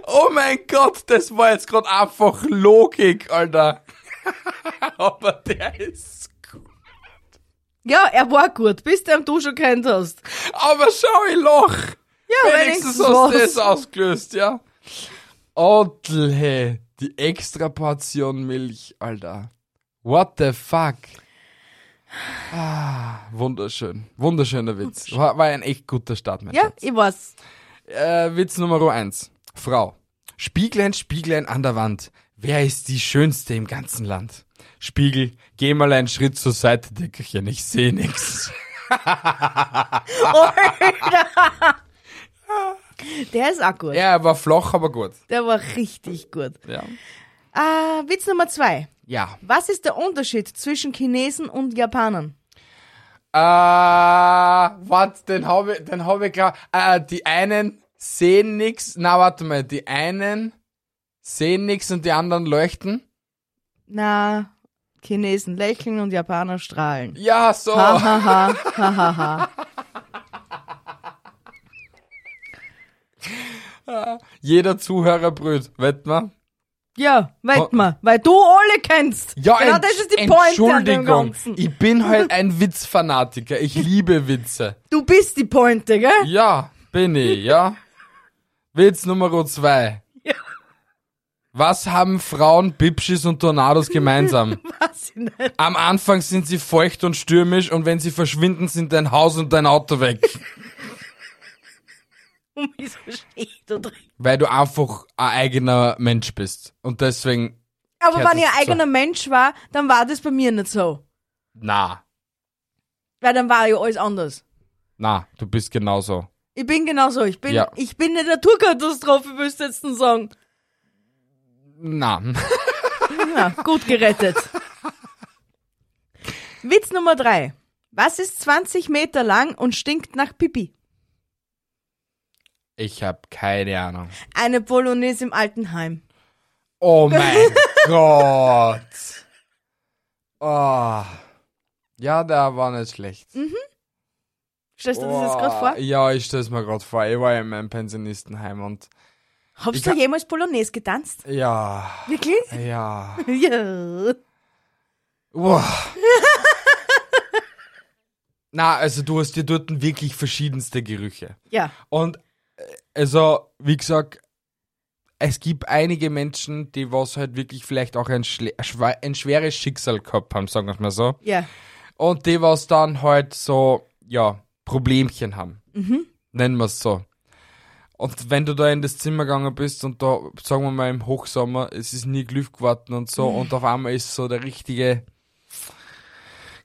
Speaker 1: Oh mein Gott, das war jetzt gerade einfach Logik, Alter. Aber der ist gut.
Speaker 2: ja, er war gut, bis du ihn du schon kennt hast.
Speaker 1: Aber schau, ich lach.
Speaker 2: Ja,
Speaker 1: Wenigstens hast du das ausgelöst, ja. Odle, die extra Portion Milch, Alter. What the fuck? Ah, wunderschön. Wunderschöner Witz. War, war ein echt guter Start, mein
Speaker 2: Ja,
Speaker 1: Schatz.
Speaker 2: ich weiß.
Speaker 1: Äh, Witz Nummer eins. Frau. Spieglein, Spieglein an der Wand. Wer ist die Schönste im ganzen Land? Spiegel, geh mal einen Schritt zur Seite, Dickerchen, ich seh nix.
Speaker 2: Der ist auch gut.
Speaker 1: Ja, er war flach, aber gut.
Speaker 2: Der war richtig gut.
Speaker 1: Ja.
Speaker 2: Ah, Witz Nummer zwei.
Speaker 1: Ja.
Speaker 2: Was ist der Unterschied zwischen Chinesen und Japanern?
Speaker 1: Äh, warte, den habe ich, den habe ich klar. Äh, die einen sehen nix. Na, warte mal, die einen sehen nix und die anderen leuchten.
Speaker 2: Na, Chinesen lächeln und Japaner strahlen.
Speaker 1: Ja, so.
Speaker 2: Ha, ha, ha, ha, ha, ha.
Speaker 1: Jeder Zuhörer brüht, wett man?
Speaker 2: Ja, weit mal, weil du alle kennst.
Speaker 1: Oh. Ja,
Speaker 2: genau
Speaker 1: Entsch-
Speaker 2: das ist die Pointe an dem
Speaker 1: Entschuldigung.
Speaker 2: Ganzen.
Speaker 1: Ich bin halt ein Witzfanatiker. Ich liebe Witze.
Speaker 2: Du bist die Pointe, gell?
Speaker 1: Ja, bin ich, ja. Witz Nummer zwei.
Speaker 2: Ja.
Speaker 1: Was haben Frauen, Bipschis und Tornados gemeinsam?
Speaker 2: Weiß ich nicht.
Speaker 1: Am Anfang sind sie feucht und stürmisch und wenn sie verschwinden, sind dein Haus und dein Auto weg.
Speaker 2: Und wieso steht und trinkt?
Speaker 1: weil du einfach ein eigener Mensch bist. Und deswegen,
Speaker 2: Aber
Speaker 1: Gehört
Speaker 2: wenn ich
Speaker 1: das
Speaker 2: ein eigener Mensch war, dann war das bei mir nicht so.
Speaker 1: na,
Speaker 2: Weil dann war ja alles anders.
Speaker 1: na, du bist genauso.
Speaker 2: Ich bin genauso. Ich bin,
Speaker 1: Ja.
Speaker 2: ich bin eine Naturkatastrophe, willst du jetzt denn sagen.
Speaker 1: Na.
Speaker 2: Na, gut gerettet. Witz Nummer drei. Was ist 20 Meter lang und stinkt nach Pipi?
Speaker 1: Ich habe keine Ahnung.
Speaker 2: Eine Polonaise im Altenheim.
Speaker 1: Oh mein Gott. Oh. Ja, der war nicht schlecht.
Speaker 2: Stellst Hm, du dir das jetzt
Speaker 1: Oh,
Speaker 2: gerade vor?
Speaker 1: Ja, ich stell's mir gerade vor. Ich war ja in meinem Pensionistenheim und
Speaker 2: Habst du jemals Polonaise getanzt?
Speaker 1: ja,
Speaker 2: Wirklich?
Speaker 1: ja.
Speaker 2: Ja.
Speaker 1: Uah. Na, also du hast dir dort wirklich verschiedenste Gerüche.
Speaker 2: Ja.
Speaker 1: Und äh, also, wie gesagt, es gibt einige Menschen, die was halt wirklich vielleicht auch ein, schle- schwa- ein schweres Schicksal gehabt haben, sagen wir mal so.
Speaker 2: Ja.
Speaker 1: Und die was dann halt so, ja, Problemchen haben.
Speaker 2: Mhm.
Speaker 1: Nennen wir es so. Und wenn du da in das Zimmer gegangen bist und da, sagen wir mal im Hochsommer, es ist nie Glück geworden und so und auf einmal ist so der richtige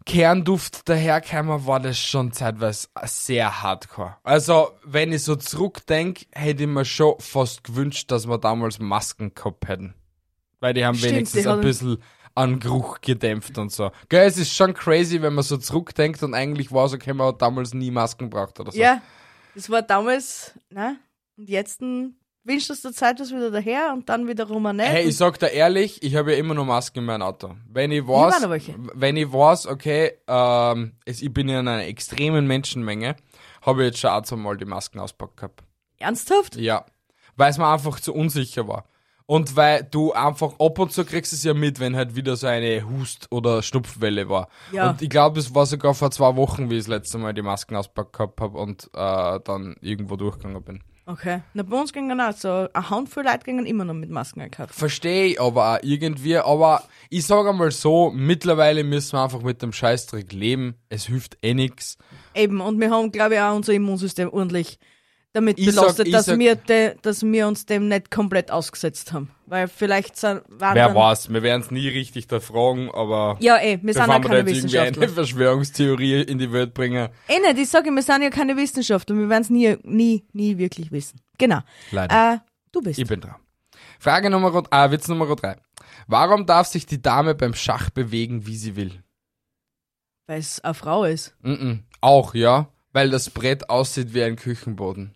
Speaker 1: Kernduft dahergekommen, war das schon zeitweise sehr hardcore. Also, wenn ich so zurückdenke, hätte ich mir schon fast gewünscht, dass wir damals Masken gehabt hätten. Weil die haben
Speaker 2: Stimmt,
Speaker 1: wenigstens
Speaker 2: die
Speaker 1: ein
Speaker 2: haben-
Speaker 1: bisschen an Geruch gedämpft und so. Gell, es ist schon crazy, wenn man so zurückdenkt und eigentlich war so, okay, man hat damals nie Masken braucht oder so.
Speaker 2: Ja. Das war damals, ne? Und jetzt ein wünschst du es der Zeit was wieder daher und dann wiederum ein nicht.
Speaker 1: Hey,
Speaker 2: Und-
Speaker 1: ich sag dir ehrlich, ich habe ja immer noch Masken in meinem Auto. Wenn ich
Speaker 2: waren
Speaker 1: weiß,
Speaker 2: aber welche.
Speaker 1: wenn ich weiß, okay, ähm, es, ich bin in einer extremen Menschenmenge, habe ich jetzt schon auch zweimal die Masken auspackt gehabt.
Speaker 2: Ernsthaft?
Speaker 1: Ja. Weil es mir einfach zu unsicher war. Und weil du einfach ab und zu kriegst es ja mit, wenn halt wieder so eine Hust- oder Schnupfwelle war.
Speaker 2: Ja.
Speaker 1: Und ich glaube, es war sogar vor zwei Wochen, wie ich das letzte Mal die Masken auspackt gehabt habe und äh, dann irgendwo durchgegangen bin.
Speaker 2: Okay. Na, bei uns gingen auch so, eine Handvoll Leute gingen immer noch mit Masken einkaufen.
Speaker 1: Verstehe ich aber auch irgendwie, aber ich sage einmal so, mittlerweile müssen wir einfach mit dem Scheißdreck leben. Es hilft eh nix.
Speaker 2: Eben, und wir haben, glaube ich, auch unser Immunsystem ordentlich damit
Speaker 1: Ich sag-
Speaker 2: belastet,
Speaker 1: ich
Speaker 2: dass,
Speaker 1: sag-
Speaker 2: wir de, dass wir uns dem nicht komplett ausgesetzt haben. Weil vielleicht sind, waren
Speaker 1: Wer
Speaker 2: dann,
Speaker 1: weiß, wir werden es nie richtig da fragen, aber
Speaker 2: Ja, eh, wir
Speaker 1: bevor wir da
Speaker 2: sind ja keine
Speaker 1: jetzt irgendwie eine
Speaker 2: Wissenschaftler.
Speaker 1: Verschwörungstheorie in die Welt bringen.
Speaker 2: Eh nicht, ich sage, wir sind ja keine Wissenschaftler, wir werden es nie, nie, nie wirklich wissen. Genau.
Speaker 1: Leider.
Speaker 2: Äh, du bist.
Speaker 1: Ich bin dran. Frage Nummer, ah, Witz Nummer drei. Warum darf sich die Dame beim Schach bewegen, wie sie will?
Speaker 2: Weil es eine Frau ist.
Speaker 1: Mm -mm. Auch, ja, weil das Brett aussieht wie ein Küchenboden.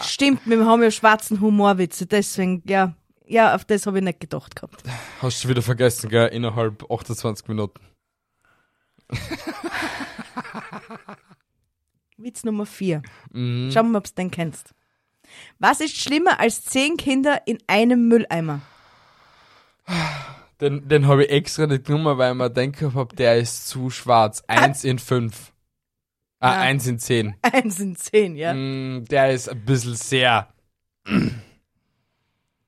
Speaker 2: Stimmt, wir haben ja schwarzen Humorwitze, deswegen, ja, ja, auf das habe ich nicht gedacht gehabt.
Speaker 1: Hast du wieder vergessen, gell? Innerhalb 28 Minuten.
Speaker 2: Witz Nummer 4. Schauen wir mal, ob du den kennst. Was ist schlimmer als zehn Kinder in einem Mülleimer?
Speaker 1: Den, den habe ich extra nicht genommen, weil ich mir denke, hab, der ist zu schwarz. Eins in fünf. Ah,
Speaker 2: Ah.
Speaker 1: eins in zehn.
Speaker 2: Eins in zehn, ja.
Speaker 1: Mm, der ist ein bisschen sehr.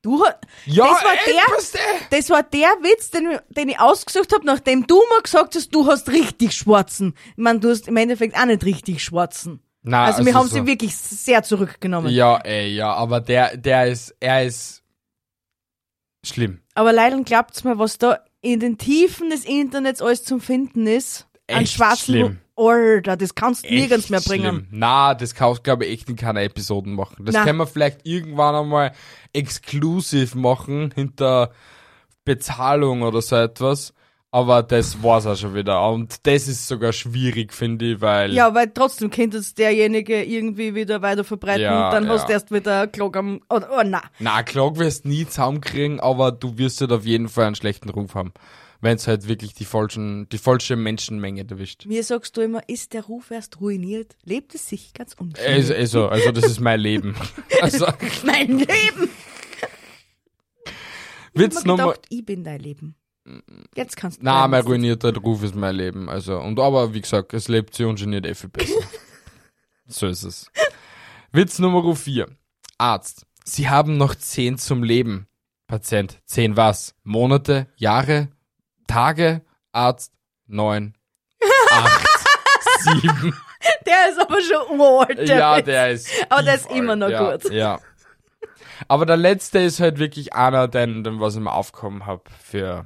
Speaker 2: Du, ha-
Speaker 1: Ja,
Speaker 2: Das war
Speaker 1: ey,
Speaker 2: der?
Speaker 1: was der?
Speaker 2: das war der Witz, den, den ich ausgesucht habe, nachdem du mir gesagt hast, du hast richtig schwarzen. Ich meine, du hast im Endeffekt auch nicht richtig schwarzen.
Speaker 1: Nein,
Speaker 2: Also, wir haben
Speaker 1: Ah, so-
Speaker 2: sie wirklich sehr zurückgenommen.
Speaker 1: Ja, ey, ja, aber der, der ist, er ist schlimm.
Speaker 2: Aber leider glaubt's mir, was da in den Tiefen des Internets alles zum Finden ist. an
Speaker 1: Echt
Speaker 2: schwarzen
Speaker 1: schlimm.
Speaker 2: Alter, das kannst du
Speaker 1: Echt
Speaker 2: nirgends mehr
Speaker 1: schlimm.
Speaker 2: bringen.
Speaker 1: Na, das kannst glaube ich echt in keiner Episoden machen. Das
Speaker 2: Na.
Speaker 1: können wir vielleicht irgendwann einmal exklusiv machen hinter Bezahlung oder so etwas. Aber das war's auch schon wieder. Und das ist sogar schwierig, finde ich, weil
Speaker 2: Ja, weil trotzdem könnte es derjenige irgendwie wieder weiter verbreiten
Speaker 1: Ja,
Speaker 2: und dann hast
Speaker 1: ja.
Speaker 2: du erst wieder Klog am. Oh, oh na.
Speaker 1: na klar wirst nie zusammenkriegen, aber du wirst halt auf jeden Fall einen schlechten Ruf haben, wenn es halt wirklich die falschen, die falsche Menschenmenge erwischt.
Speaker 2: Mir sagst du immer, ist der Ruf erst ruiniert, lebt es sich ganz unschön.
Speaker 1: Also, also, also das ist mein Leben. Also,
Speaker 2: mein Leben!
Speaker 1: Witz
Speaker 2: Ich hab mir
Speaker 1: Nummer.
Speaker 2: gedacht, ich bin dein Leben. Jetzt kannst du.
Speaker 1: Na,
Speaker 2: bleiben.
Speaker 1: mein ruinierter Ruf ist mein Leben. Also, und aber wie gesagt, es lebt sie und geniert eh viel besser. so ist es. Witz Nummer 4. Arzt. Sie haben noch 10 zum Leben. Patient. 10 was? Monate, Jahre, Tage? Arzt. 9, 8, 7.
Speaker 2: Der ist aber schon uralt. der
Speaker 1: Ja,
Speaker 2: Witz.
Speaker 1: der ist.
Speaker 2: Aber der ist
Speaker 1: tiefalt,
Speaker 2: immer noch
Speaker 1: ja,
Speaker 2: gut.
Speaker 1: Ja. Aber der letzte ist halt wirklich einer, den, den was ich mir aufgekommen hab für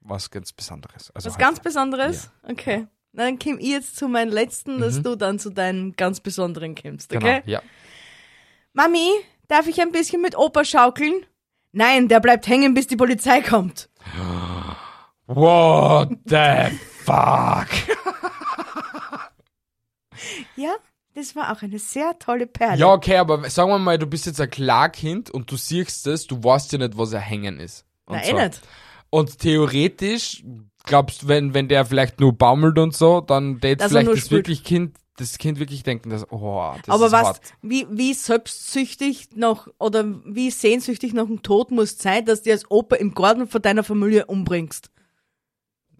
Speaker 1: was ganz Besonderes. Also
Speaker 2: Was
Speaker 1: halt-
Speaker 2: ganz Besonderes? Okay. Na, dann komm ich jetzt zu meinem
Speaker 1: Mhm.
Speaker 2: letzten, dass du dann zu deinem ganz Besonderen kommst, okay?
Speaker 1: Genau, ja.
Speaker 2: Mami, Darf ich ein bisschen mit Opa schaukeln? Nein, der bleibt hängen, bis die Polizei kommt.
Speaker 1: What the fuck?
Speaker 2: Ja, das war auch eine sehr tolle Perle.
Speaker 1: Ja, okay, aber sagen wir mal, du bist jetzt ein Klarkind und du siehst es, du weißt ja nicht, was ein Hängen ist. Und
Speaker 2: Nein,
Speaker 1: so.
Speaker 2: eh nicht.
Speaker 1: Und theoretisch, glaubst wenn, wenn der vielleicht nur baumelt und so, dann wird
Speaker 2: Dass er
Speaker 1: vielleicht
Speaker 2: nur
Speaker 1: das
Speaker 2: spürt.
Speaker 1: wirklich Kind, das Kind wirklich denken, dass, oh, das
Speaker 2: Aber
Speaker 1: ist
Speaker 2: was,
Speaker 1: hart.
Speaker 2: wie, wie selbstsüchtig noch oder wie sehnsüchtig noch ein Tod muss sein, dass du als Opa im Garten von deiner Familie umbringst.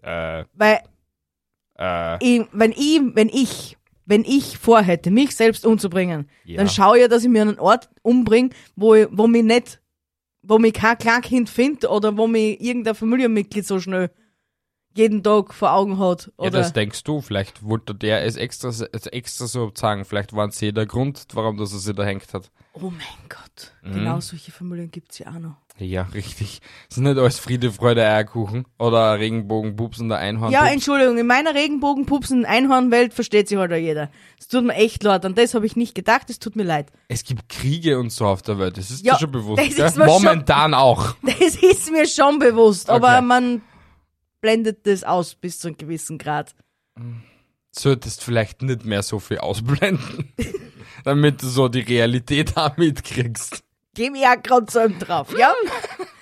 Speaker 1: Äh,
Speaker 2: Weil
Speaker 1: äh,
Speaker 2: ich, wenn ich, wenn ich, wenn ich vorhätte, mich selbst umzubringen,
Speaker 1: Ja.
Speaker 2: dann schaue ich, ja, dass ich mir einen Ort umbringe, wo, ich- wo mich nicht, wo mich kein Kleinkind findet oder wo mich irgendein Familienmitglied so schnell jeden Tag vor Augen hat.
Speaker 1: ja,
Speaker 2: Oder
Speaker 1: das denkst du, vielleicht wollte der es extra, es extra so sagen, vielleicht war es eh der Grund, warum das er sich da hängt hat.
Speaker 2: oh mein Gott,
Speaker 1: Mhm.
Speaker 2: genau solche Familien gibt's ja auch noch.
Speaker 1: Ja, richtig. Es ist nicht alles Friede, Freude, Eierkuchen oder Regenbogen, Pups und der Einhorn.
Speaker 2: Ja, Entschuldigung, in meiner Regenbogenpupsen Einhornwelt versteht sich halt auch jeder. Es tut mir echt leid, an das habe ich nicht gedacht, es tut mir leid.
Speaker 1: Es gibt Kriege und so auf der Welt, das ist
Speaker 2: Ja,
Speaker 1: dir schon bewusst.
Speaker 2: das ist
Speaker 1: gell?
Speaker 2: mir schon-
Speaker 1: Momentan auch.
Speaker 2: Das ist mir schon bewusst, aber
Speaker 1: Okay.
Speaker 2: man blendet das aus bis zu einem gewissen Grad.
Speaker 1: Solltest vielleicht nicht mehr so viel ausblenden, damit du so die Realität auch mitkriegst.
Speaker 2: Geh mir ja gerade so einen drauf, ja?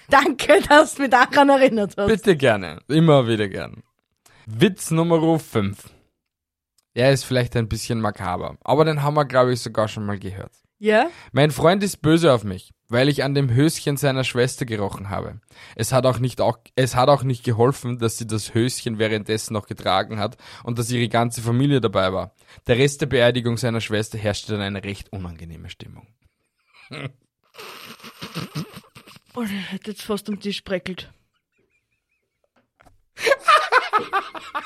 Speaker 2: Danke, dass du mich daran erinnert hast.
Speaker 1: Bitte gerne, immer wieder gern. Witz Nummer 5. Er ist vielleicht ein bisschen makaber, aber den haben wir, glaube ich, sogar schon mal gehört.
Speaker 2: Ja?
Speaker 1: Mein Freund ist böse auf mich, weil ich an dem Höschen seiner Schwester gerochen habe. Es hat auch nicht, auch, es hat auch nicht geholfen, dass sie das Höschen währenddessen noch getragen hat und dass ihre ganze Familie dabei war. Der Rest der Beerdigung seiner Schwester herrschte dann eine recht unangenehme Stimmung.
Speaker 2: Oh, ich hätte jetzt fast am Tisch breckelt.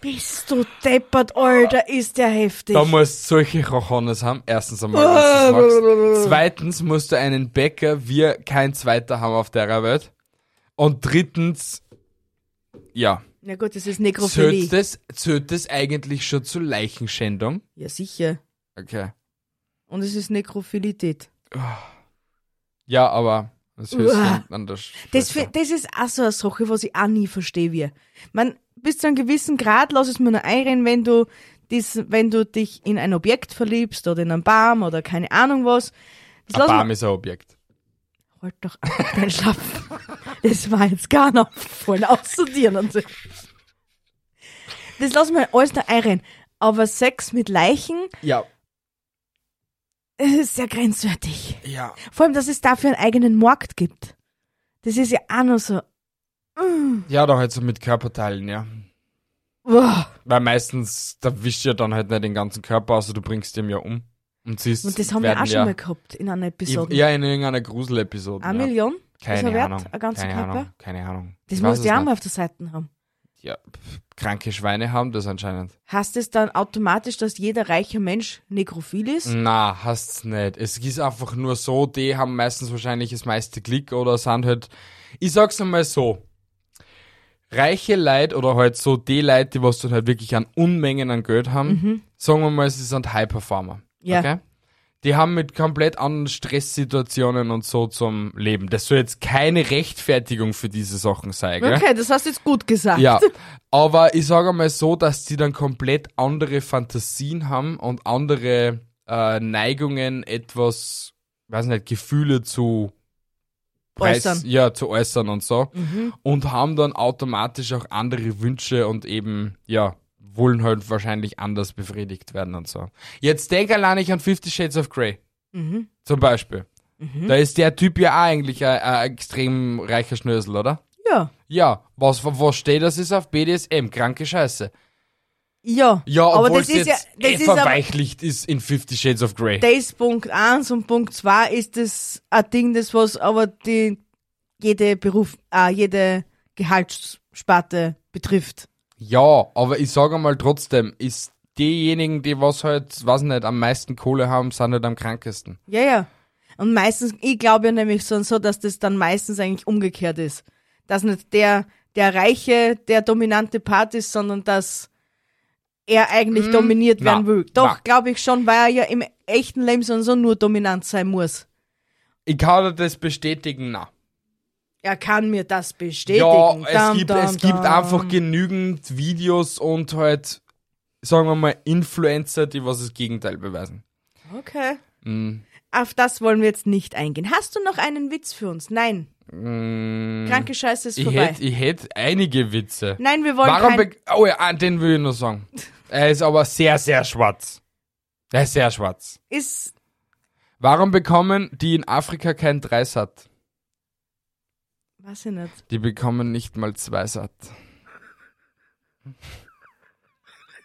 Speaker 2: Bist du deppert, Alter, ist der heftig.
Speaker 1: Da musst du solche Rochones haben. Erstens einmal, was du magst. Zweitens musst du einen Bäcker wie kein zweiter haben auf der Welt. Und drittens, ja,
Speaker 2: Na gut, das ist Nekrophilie.
Speaker 1: zählt das, zählt das eigentlich schon zu Leichenschändung?
Speaker 2: Ja, sicher.
Speaker 1: Okay.
Speaker 2: Und es ist Nekrophilität.
Speaker 1: Ja, aber das
Speaker 2: Uah.
Speaker 1: Höschen an der Schwester.
Speaker 2: Das, fi- das ist auch so eine Sache, was ich auch nie verstehe. Wie. Man, bis zu einem gewissen Grad lass es mir noch einreden, wenn du, dies, wenn du dich in ein Objekt verliebst oder in einen Baum oder keine Ahnung was. Das
Speaker 1: ein
Speaker 2: lass
Speaker 1: Baum
Speaker 2: mir,
Speaker 1: ist ein Objekt.
Speaker 2: halt doch an mit deinem Schlafen. Das war jetzt gar noch voll auszudieren. Das lass mir alles noch einreden. Aber Sex mit Leichen
Speaker 1: Ja,
Speaker 2: das ist sehr grenzwertig.
Speaker 1: ja.
Speaker 2: Vor allem, dass es dafür einen eigenen Markt gibt. Das ist ja auch noch so.
Speaker 1: Ja, da halt so mit Körperteilen, ja.
Speaker 2: Boah.
Speaker 1: Weil meistens, da wischt ja dann halt nicht den ganzen Körper, außer du bringst ihn ja um. Und siehst,
Speaker 2: Und das haben wir
Speaker 1: werden
Speaker 2: auch schon
Speaker 1: ja,
Speaker 2: mal gehabt in einer Episode.
Speaker 1: Ja, in irgendeiner Grusel-Episode.
Speaker 2: Eine
Speaker 1: Ja.
Speaker 2: Million?
Speaker 1: Keine
Speaker 2: das war
Speaker 1: Ahnung.
Speaker 2: Wert, ein ganzer
Speaker 1: keine
Speaker 2: Körper.
Speaker 1: Ahnung. Keine Ahnung.
Speaker 2: Das
Speaker 1: Ich weiß
Speaker 2: musst du
Speaker 1: es
Speaker 2: ja auch
Speaker 1: nicht.
Speaker 2: mal auf der Seite haben.
Speaker 1: Ja, pf, kranke Schweine haben das anscheinend.
Speaker 2: Heißt es dann automatisch, dass jeder reiche Mensch nekrophil ist?
Speaker 1: Na, hast's nicht. Es ist einfach nur so, die haben meistens wahrscheinlich das meiste Klick oder sind halt, ich sag's einmal so, reiche Leid oder halt so die Leute, die was dann halt wirklich an Unmengen an Geld haben, sagen wir mal, sie sind High Performer.
Speaker 2: Mhm. Ja.
Speaker 1: Okay? Die haben mit komplett anderen Stresssituationen und so zum Leben. Das soll jetzt keine Rechtfertigung für diese Sachen sein, gell?
Speaker 2: Okay, das hast du jetzt gut gesagt.
Speaker 1: Ja, aber ich sage mal so, dass die dann komplett andere Fantasien haben und andere äh, Neigungen, etwas, weiß nicht, Gefühle zu preis-
Speaker 2: Äußern.
Speaker 1: ja, zu äußern und so. Und haben dann automatisch auch andere Wünsche und eben, ja, wollen halt wahrscheinlich anders befriedigt werden und so. Jetzt denk allein ich an Fifty Shades of Grey.
Speaker 2: Mhm.
Speaker 1: Zum Beispiel. Da ist der Typ ja auch eigentlich ein, ein extrem reicher Schnösel, oder?
Speaker 2: Ja.
Speaker 1: Ja, was, was steht das ist auf BDSM? Kranke Scheiße.
Speaker 2: Ja.
Speaker 1: Ja,
Speaker 2: aber
Speaker 1: obwohl
Speaker 2: das
Speaker 1: es
Speaker 2: ist
Speaker 1: jetzt
Speaker 2: ja, das
Speaker 1: eh
Speaker 2: ist aber,
Speaker 1: verweichlicht ist in Fifty Shades of Grey.
Speaker 2: das ist Punkt eins und Punkt zwei ist das ein Ding, das was aber die, jede Beruf, ah, jede Gehaltssparte betrifft.
Speaker 1: Ja, aber ich sage mal trotzdem, ist diejenigen, die was halt, weiß nicht, am meisten Kohle haben, sind halt am krankesten.
Speaker 2: Ja, ja. Und meistens, ich glaube ja nämlich so, so, dass das dann meistens eigentlich umgekehrt ist. Dass nicht der, der Reiche der dominante Part ist, sondern dass er eigentlich dominiert
Speaker 1: Hm. na,
Speaker 2: werden will. Doch,
Speaker 1: na.
Speaker 2: glaube ich schon, weil er ja im echten Leben so und so nur dominant sein muss.
Speaker 1: Ich kann dir das bestätigen, na.
Speaker 2: Er kann mir das bestätigen.
Speaker 1: Ja, es
Speaker 2: Dam,
Speaker 1: gibt,
Speaker 2: dam,
Speaker 1: es gibt
Speaker 2: dam.
Speaker 1: einfach genügend Videos und halt, sagen wir mal, Influencer, die was das Gegenteil beweisen.
Speaker 2: Okay.
Speaker 1: Mm.
Speaker 2: Auf das wollen wir jetzt nicht eingehen. Hast du noch einen Witz für uns? Nein.
Speaker 1: Mm.
Speaker 2: Kranke Scheiße ist
Speaker 1: Ich
Speaker 2: vorbei.
Speaker 1: hätte ich hätt einige Witze.
Speaker 2: Nein, wir wollen
Speaker 1: Warum
Speaker 2: kein...
Speaker 1: be- oh ja, ah, den will ich nur sagen. Er ist aber sehr, sehr schwarz. Er ist sehr schwarz.
Speaker 2: Ist...
Speaker 1: Warum bekommen die in Afrika kein Dreisat?
Speaker 2: Weiß ich nicht.
Speaker 1: Die bekommen nicht mal zwei Sat.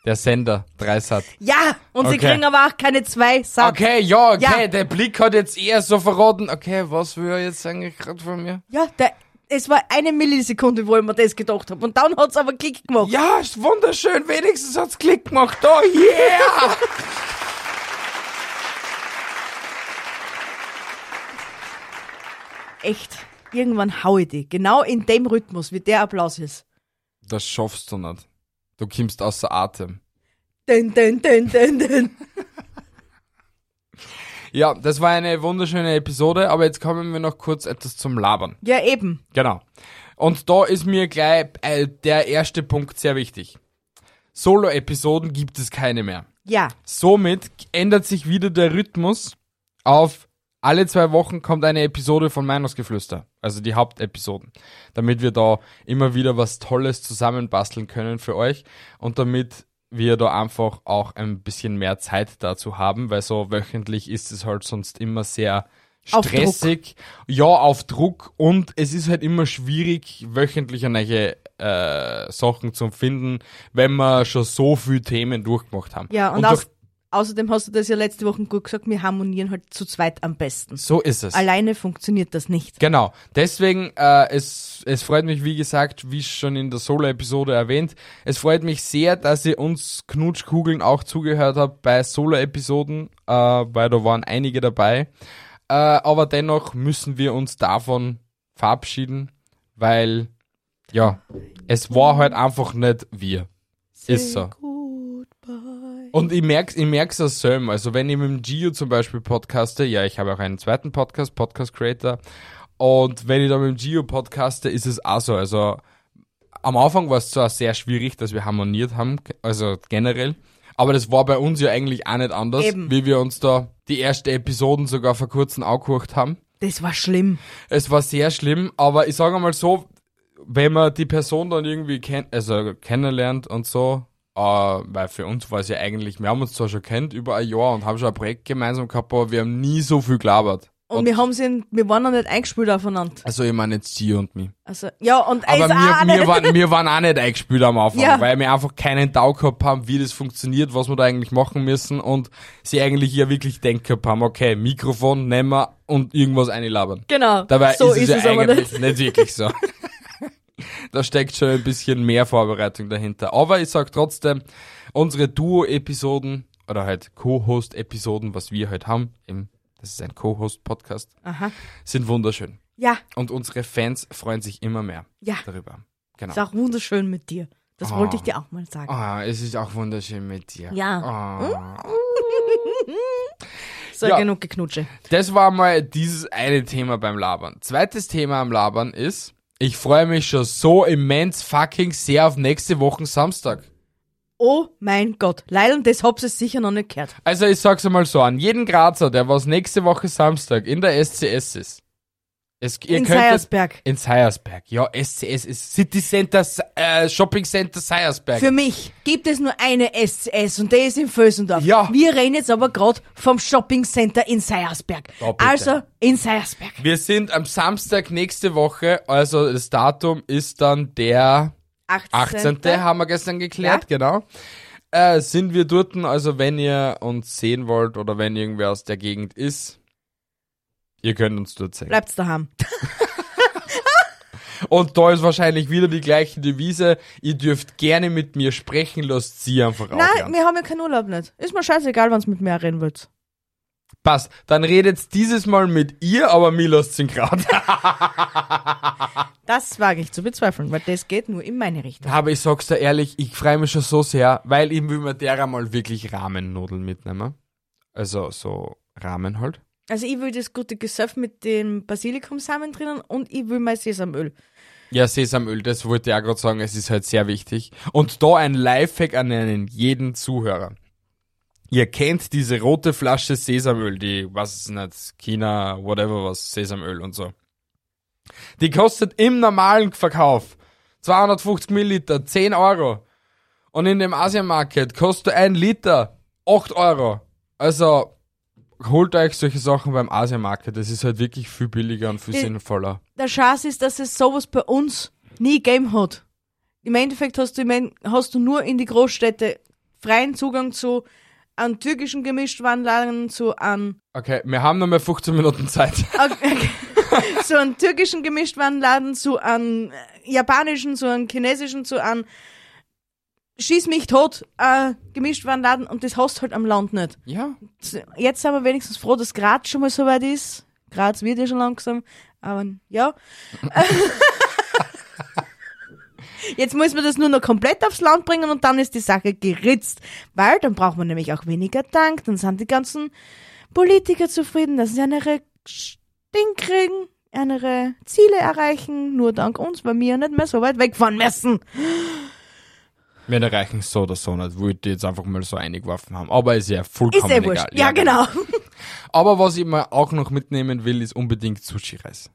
Speaker 1: Der Sender, Dreisat.
Speaker 2: Ja, und sie
Speaker 1: Okay.
Speaker 2: kriegen aber auch keine zwei Sachen.
Speaker 1: Okay, ja, okay,
Speaker 2: Ja.
Speaker 1: der Blick hat jetzt eher so verraten. Okay, was will er jetzt eigentlich gerade von mir?
Speaker 2: Ja, der, es war eine Millisekunde, wo ich mir das gedacht habe. Und dann hat's aber Klick gemacht.
Speaker 1: Ja, ist wunderschön, wenigstens hat's Klick gemacht. Oh, yeah!
Speaker 2: Echt. Irgendwann hau ich die. Genau in dem Rhythmus, wie der Applaus ist.
Speaker 1: Das schaffst du nicht. Du kommst außer Atem.
Speaker 2: Den, den, den, den, den.
Speaker 1: Ja, das war eine wunderschöne Episode, aber jetzt kommen wir noch kurz etwas zum Labern.
Speaker 2: Ja, eben.
Speaker 1: Genau. Und da ist mir gleich äh, der erste Punkt sehr wichtig. Solo-Episoden gibt es keine mehr.
Speaker 2: Ja.
Speaker 1: Somit ändert sich wieder der Rhythmus auf alle zwei Wochen kommt eine Episode von Meinungsgeflüster, also die Hauptepisoden, damit wir da immer wieder was Tolles zusammenbasteln können für euch und damit wir da einfach auch ein bisschen mehr Zeit dazu haben, weil so wöchentlich ist es halt sonst immer sehr
Speaker 2: Auf Druck.
Speaker 1: stressig. Ja, auf Druck und es ist halt immer schwierig, wöchentlich eine neue äh, Sachen zu finden, wenn wir schon so viele Themen durchgemacht haben.
Speaker 2: Ja, und,
Speaker 1: durch-
Speaker 2: aus, außerdem hast du das ja letzte Woche gut gesagt, wir harmonieren halt zu zweit am besten.
Speaker 1: so ist es.
Speaker 2: Alleine funktioniert das nicht.
Speaker 1: Genau. Deswegen, äh, es, es freut mich, wie gesagt, wie schon in der Solo-Episode erwähnt, es freut mich sehr, dass ihr uns Knutschkugeln auch zugehört habt bei Solo-Episoden, äh, weil da waren einige dabei. Äh, aber dennoch müssen wir uns davon verabschieden, weil, ja, es war halt einfach nicht wir. Ist so.
Speaker 2: Goodbye.
Speaker 1: Und ich merk's, ich merk's das selber. Also wenn ich mit dem Gio zum Beispiel podcaste, ja, ich habe auch einen zweiten Podcast, Podcast Creator. Und wenn ich da mit dem Gio podcaste, ist es auch so. Also am Anfang war es zwar sehr schwierig, dass wir harmoniert haben, also generell. Aber das war bei uns ja eigentlich auch nicht anders,
Speaker 2: Eben.
Speaker 1: wie wir uns da die ersten Episoden sogar vor kurzem angehört haben.
Speaker 2: Das war schlimm.
Speaker 1: Es war sehr schlimm, aber ich sage mal so, wenn man die Person dann irgendwie kennt, also kennenlernt und so, äh, weil für uns war es ja eigentlich, wir haben uns zwar schon kennt über ein Jahr und haben schon ein Projekt gemeinsam gehabt, aber wir haben nie so viel gelabert.
Speaker 2: Und, wir haben sie, wir waren noch nicht eingespielt aufeinander.
Speaker 1: also ich meine jetzt sie und mich.
Speaker 2: Also, ja, und
Speaker 1: Aber
Speaker 2: also auch
Speaker 1: wir, wir,
Speaker 2: nicht.
Speaker 1: waren, wir waren auch nicht eingespielt am Anfang,
Speaker 2: Ja.
Speaker 1: weil wir einfach keinen Tau gehabt haben, wie das funktioniert, was wir da eigentlich machen müssen und sie eigentlich ja wirklich denkt gehabt haben, okay, Mikrofon nehmen wir und irgendwas einlabern.
Speaker 2: Genau.
Speaker 1: Dabei
Speaker 2: so
Speaker 1: ist es, ja
Speaker 2: aber
Speaker 1: eigentlich
Speaker 2: nicht.
Speaker 1: nicht. wirklich so. da steckt schon ein bisschen mehr Vorbereitung dahinter. Aber ich sag trotzdem, unsere Duo-Episoden oder halt Co-Host-Episoden, was wir halt haben, eben, das ist ein Co-Host-Podcast,
Speaker 2: Aha.
Speaker 1: sind wunderschön.
Speaker 2: Ja,
Speaker 1: Und unsere Fans freuen sich immer mehr
Speaker 2: ja.
Speaker 1: darüber. Genau.
Speaker 2: Ist auch wunderschön mit dir. Das
Speaker 1: Oh.
Speaker 2: wollte ich dir auch mal sagen.
Speaker 1: Ah, es ist auch wunderschön mit dir.
Speaker 2: Ja.
Speaker 1: Ah.
Speaker 2: So,
Speaker 1: Ja.
Speaker 2: genug geknutsche.
Speaker 1: Das war mal dieses eine Thema beim Labern. Zweites Thema am Labern ist, ich freue mich schon so immens fucking sehr auf nächste Woche Samstag.
Speaker 2: Oh mein Gott. Leider, und das habt ihr sicher noch nicht gehört.
Speaker 1: Also ich sag's einmal so, an jeden Grazer, der was nächste Woche Samstag in der SCS ist. Es, ihr
Speaker 2: In
Speaker 1: könntet-
Speaker 2: Seiersberg.
Speaker 1: In Seiersberg, ja, SCS ist City Center, äh, Shopping Center Seiersberg.
Speaker 2: Für mich gibt es nur eine SCS und der ist in Vösendorf.
Speaker 1: Ja.
Speaker 2: Wir reden jetzt aber gerade vom Shopping Center in Seiersberg.
Speaker 1: Oh, bitte.
Speaker 2: also in Seiersberg.
Speaker 1: Wir sind am Samstag nächste Woche, also das Datum ist dann der
Speaker 2: 18.
Speaker 1: 18. haben wir gestern geklärt, genau. Äh, sind wir dort, also wenn ihr uns sehen wollt oder wenn irgendwer aus der Gegend ist, ihr könnt uns dort sehen.
Speaker 2: Bleibt's daheim.
Speaker 1: Und da ist wahrscheinlich wieder die gleiche Devise, ihr dürft gerne mit mir sprechen, lasst sie einfach
Speaker 2: Nein,
Speaker 1: aufhören.
Speaker 2: wir haben ja keinen Urlaub nicht. Ist mir scheißegal, wenn's mit mir reden wollt.
Speaker 1: Passt, dann redet dieses Mal mit ihr, aber mir lasst sie gerade.
Speaker 2: Das wage ich zu bezweifeln, weil das geht nur in meine Richtung.
Speaker 1: Aber ich sag's dir ehrlich, ich freue mich schon so sehr, weil ich will mir derer mal wirklich Rahmennudeln mitnehmen. Also so Rahmen halt.
Speaker 2: Also ich will das gute Gesöff mit dem Basilikumsamen drinnen und ich will mein Sesamöl.
Speaker 1: Ja, Sesamöl, das wollte ich auch gerade sagen, es ist halt sehr wichtig. Und da ein Lifehack an einen jeden Zuhörer. Ihr kennt diese rote Flasche Sesamöl, die, was ist nicht, China, whatever was, Sesamöl und so. Die kostet im normalen Verkauf 250 Milliliter 10 Euro. Und in dem Asiamarket kostet ein Liter 8 Euro. Also holt euch solche Sachen beim Asiamarket. Das ist halt wirklich viel billiger und viel
Speaker 2: Die-
Speaker 1: sinnvoller.
Speaker 2: Der Schatz ist, dass es sowas bei uns nie gegeben hat. Im Endeffekt hast du, im En- hast du nur in die Großstädte freien Zugang zu an türkischen Gemischtwarenladen, zu an
Speaker 1: Okay, wir haben noch mal 15 Minuten Zeit.
Speaker 2: Okay. so einen türkischen Gemischtwarenladen, so einen japanischen, so einen chinesischen, so einen Schieß mich tot äh, Gemischtwarenladen und das hast du halt am Land nicht.
Speaker 1: Ja.
Speaker 2: Jetzt sind wir wenigstens froh, dass Graz schon mal so weit ist. Graz wird ja schon langsam, aber ja. Jetzt muss man das nur noch komplett aufs Land bringen und dann ist die Sache geritzt. Weil dann braucht man nämlich auch weniger Tank, dann sind die ganzen Politiker zufrieden, dass sie andere Stink kriegen, andere Ziele erreichen, nur dank uns, weil wir nicht mehr so weit wegfahren müssen.
Speaker 1: Wir erreichen es so oder so nicht. Wollte ich jetzt einfach mal so eingeworfen haben. Aber ist ja
Speaker 2: Ist
Speaker 1: vollkommen
Speaker 2: eh
Speaker 1: egal.
Speaker 2: wurscht. Ja, genau.
Speaker 1: Aber was ich mir auch noch mitnehmen will, ist unbedingt Sushi-Reis.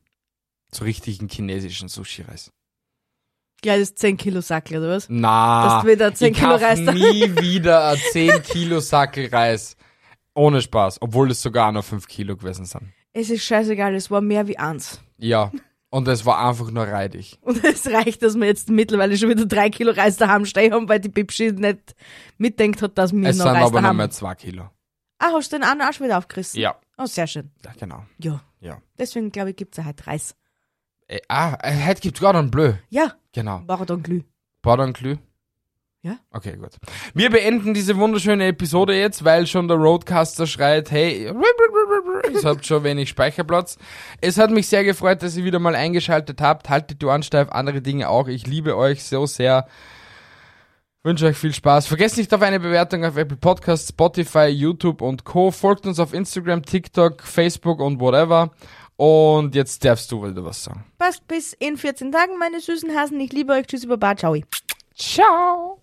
Speaker 1: Zu richtigen chinesischen Sushi-Reis.
Speaker 2: Gleich das 10 Kilo Sackel oder was?
Speaker 1: Na,
Speaker 2: Dass du wieder 10
Speaker 1: ich
Speaker 2: Kilo
Speaker 1: kauf
Speaker 2: Reis da-
Speaker 1: nie wieder ein 10 Kilo Sackel Reis. Ohne Spaß, obwohl es sogar noch 5 Kilo gewesen sind.
Speaker 2: Es ist scheißegal, es war mehr wie eins.
Speaker 1: Ja, und es war einfach nur reidig.
Speaker 2: Und es reicht, dass wir jetzt mittlerweile schon wieder drei Kilo Reis daheim stehen haben, weil die Bibschi nicht mitdenkt hat, dass wir
Speaker 1: es
Speaker 2: noch
Speaker 1: sind
Speaker 2: Reis
Speaker 1: aber noch
Speaker 2: daheim
Speaker 1: mehr
Speaker 2: haben.
Speaker 1: 2 Kilo.
Speaker 2: Ah, hast du den einen auch schon wieder aufgerissen?
Speaker 1: Ja,
Speaker 2: Oh, sehr schön.
Speaker 1: ja genau.
Speaker 2: Ja.
Speaker 1: Ja.
Speaker 2: Deswegen, glaube ich, gibt's ja heute Reis.
Speaker 1: Äh, ah, äh, heute gibt's gar einen Bleu.
Speaker 2: Ja,
Speaker 1: Genau.
Speaker 2: Bardon Glü.
Speaker 1: Baudern Glü?
Speaker 2: Ja.
Speaker 1: Okay, gut. Wir beenden diese wunderschöne Episode jetzt, weil schon der Roadcaster schreit, hey, es habt schon wenig Speicherplatz. Es hat mich sehr gefreut, dass ihr wieder mal eingeschaltet habt. Haltet die Ohren steif, andere Dinge auch. Ich liebe euch so sehr. Wünsche euch viel Spaß. Vergesst nicht auf eine Bewertung auf Apple Podcasts, Spotify, YouTube und Co. Folgt uns auf Instagram, TikTok, Facebook und whatever. Und jetzt darfst du wieder was sagen.
Speaker 2: Passt bis in 14 Tagen, meine süßen Hasen. Ich liebe euch. Tschüss, Baba. Ciao.
Speaker 1: Ciao!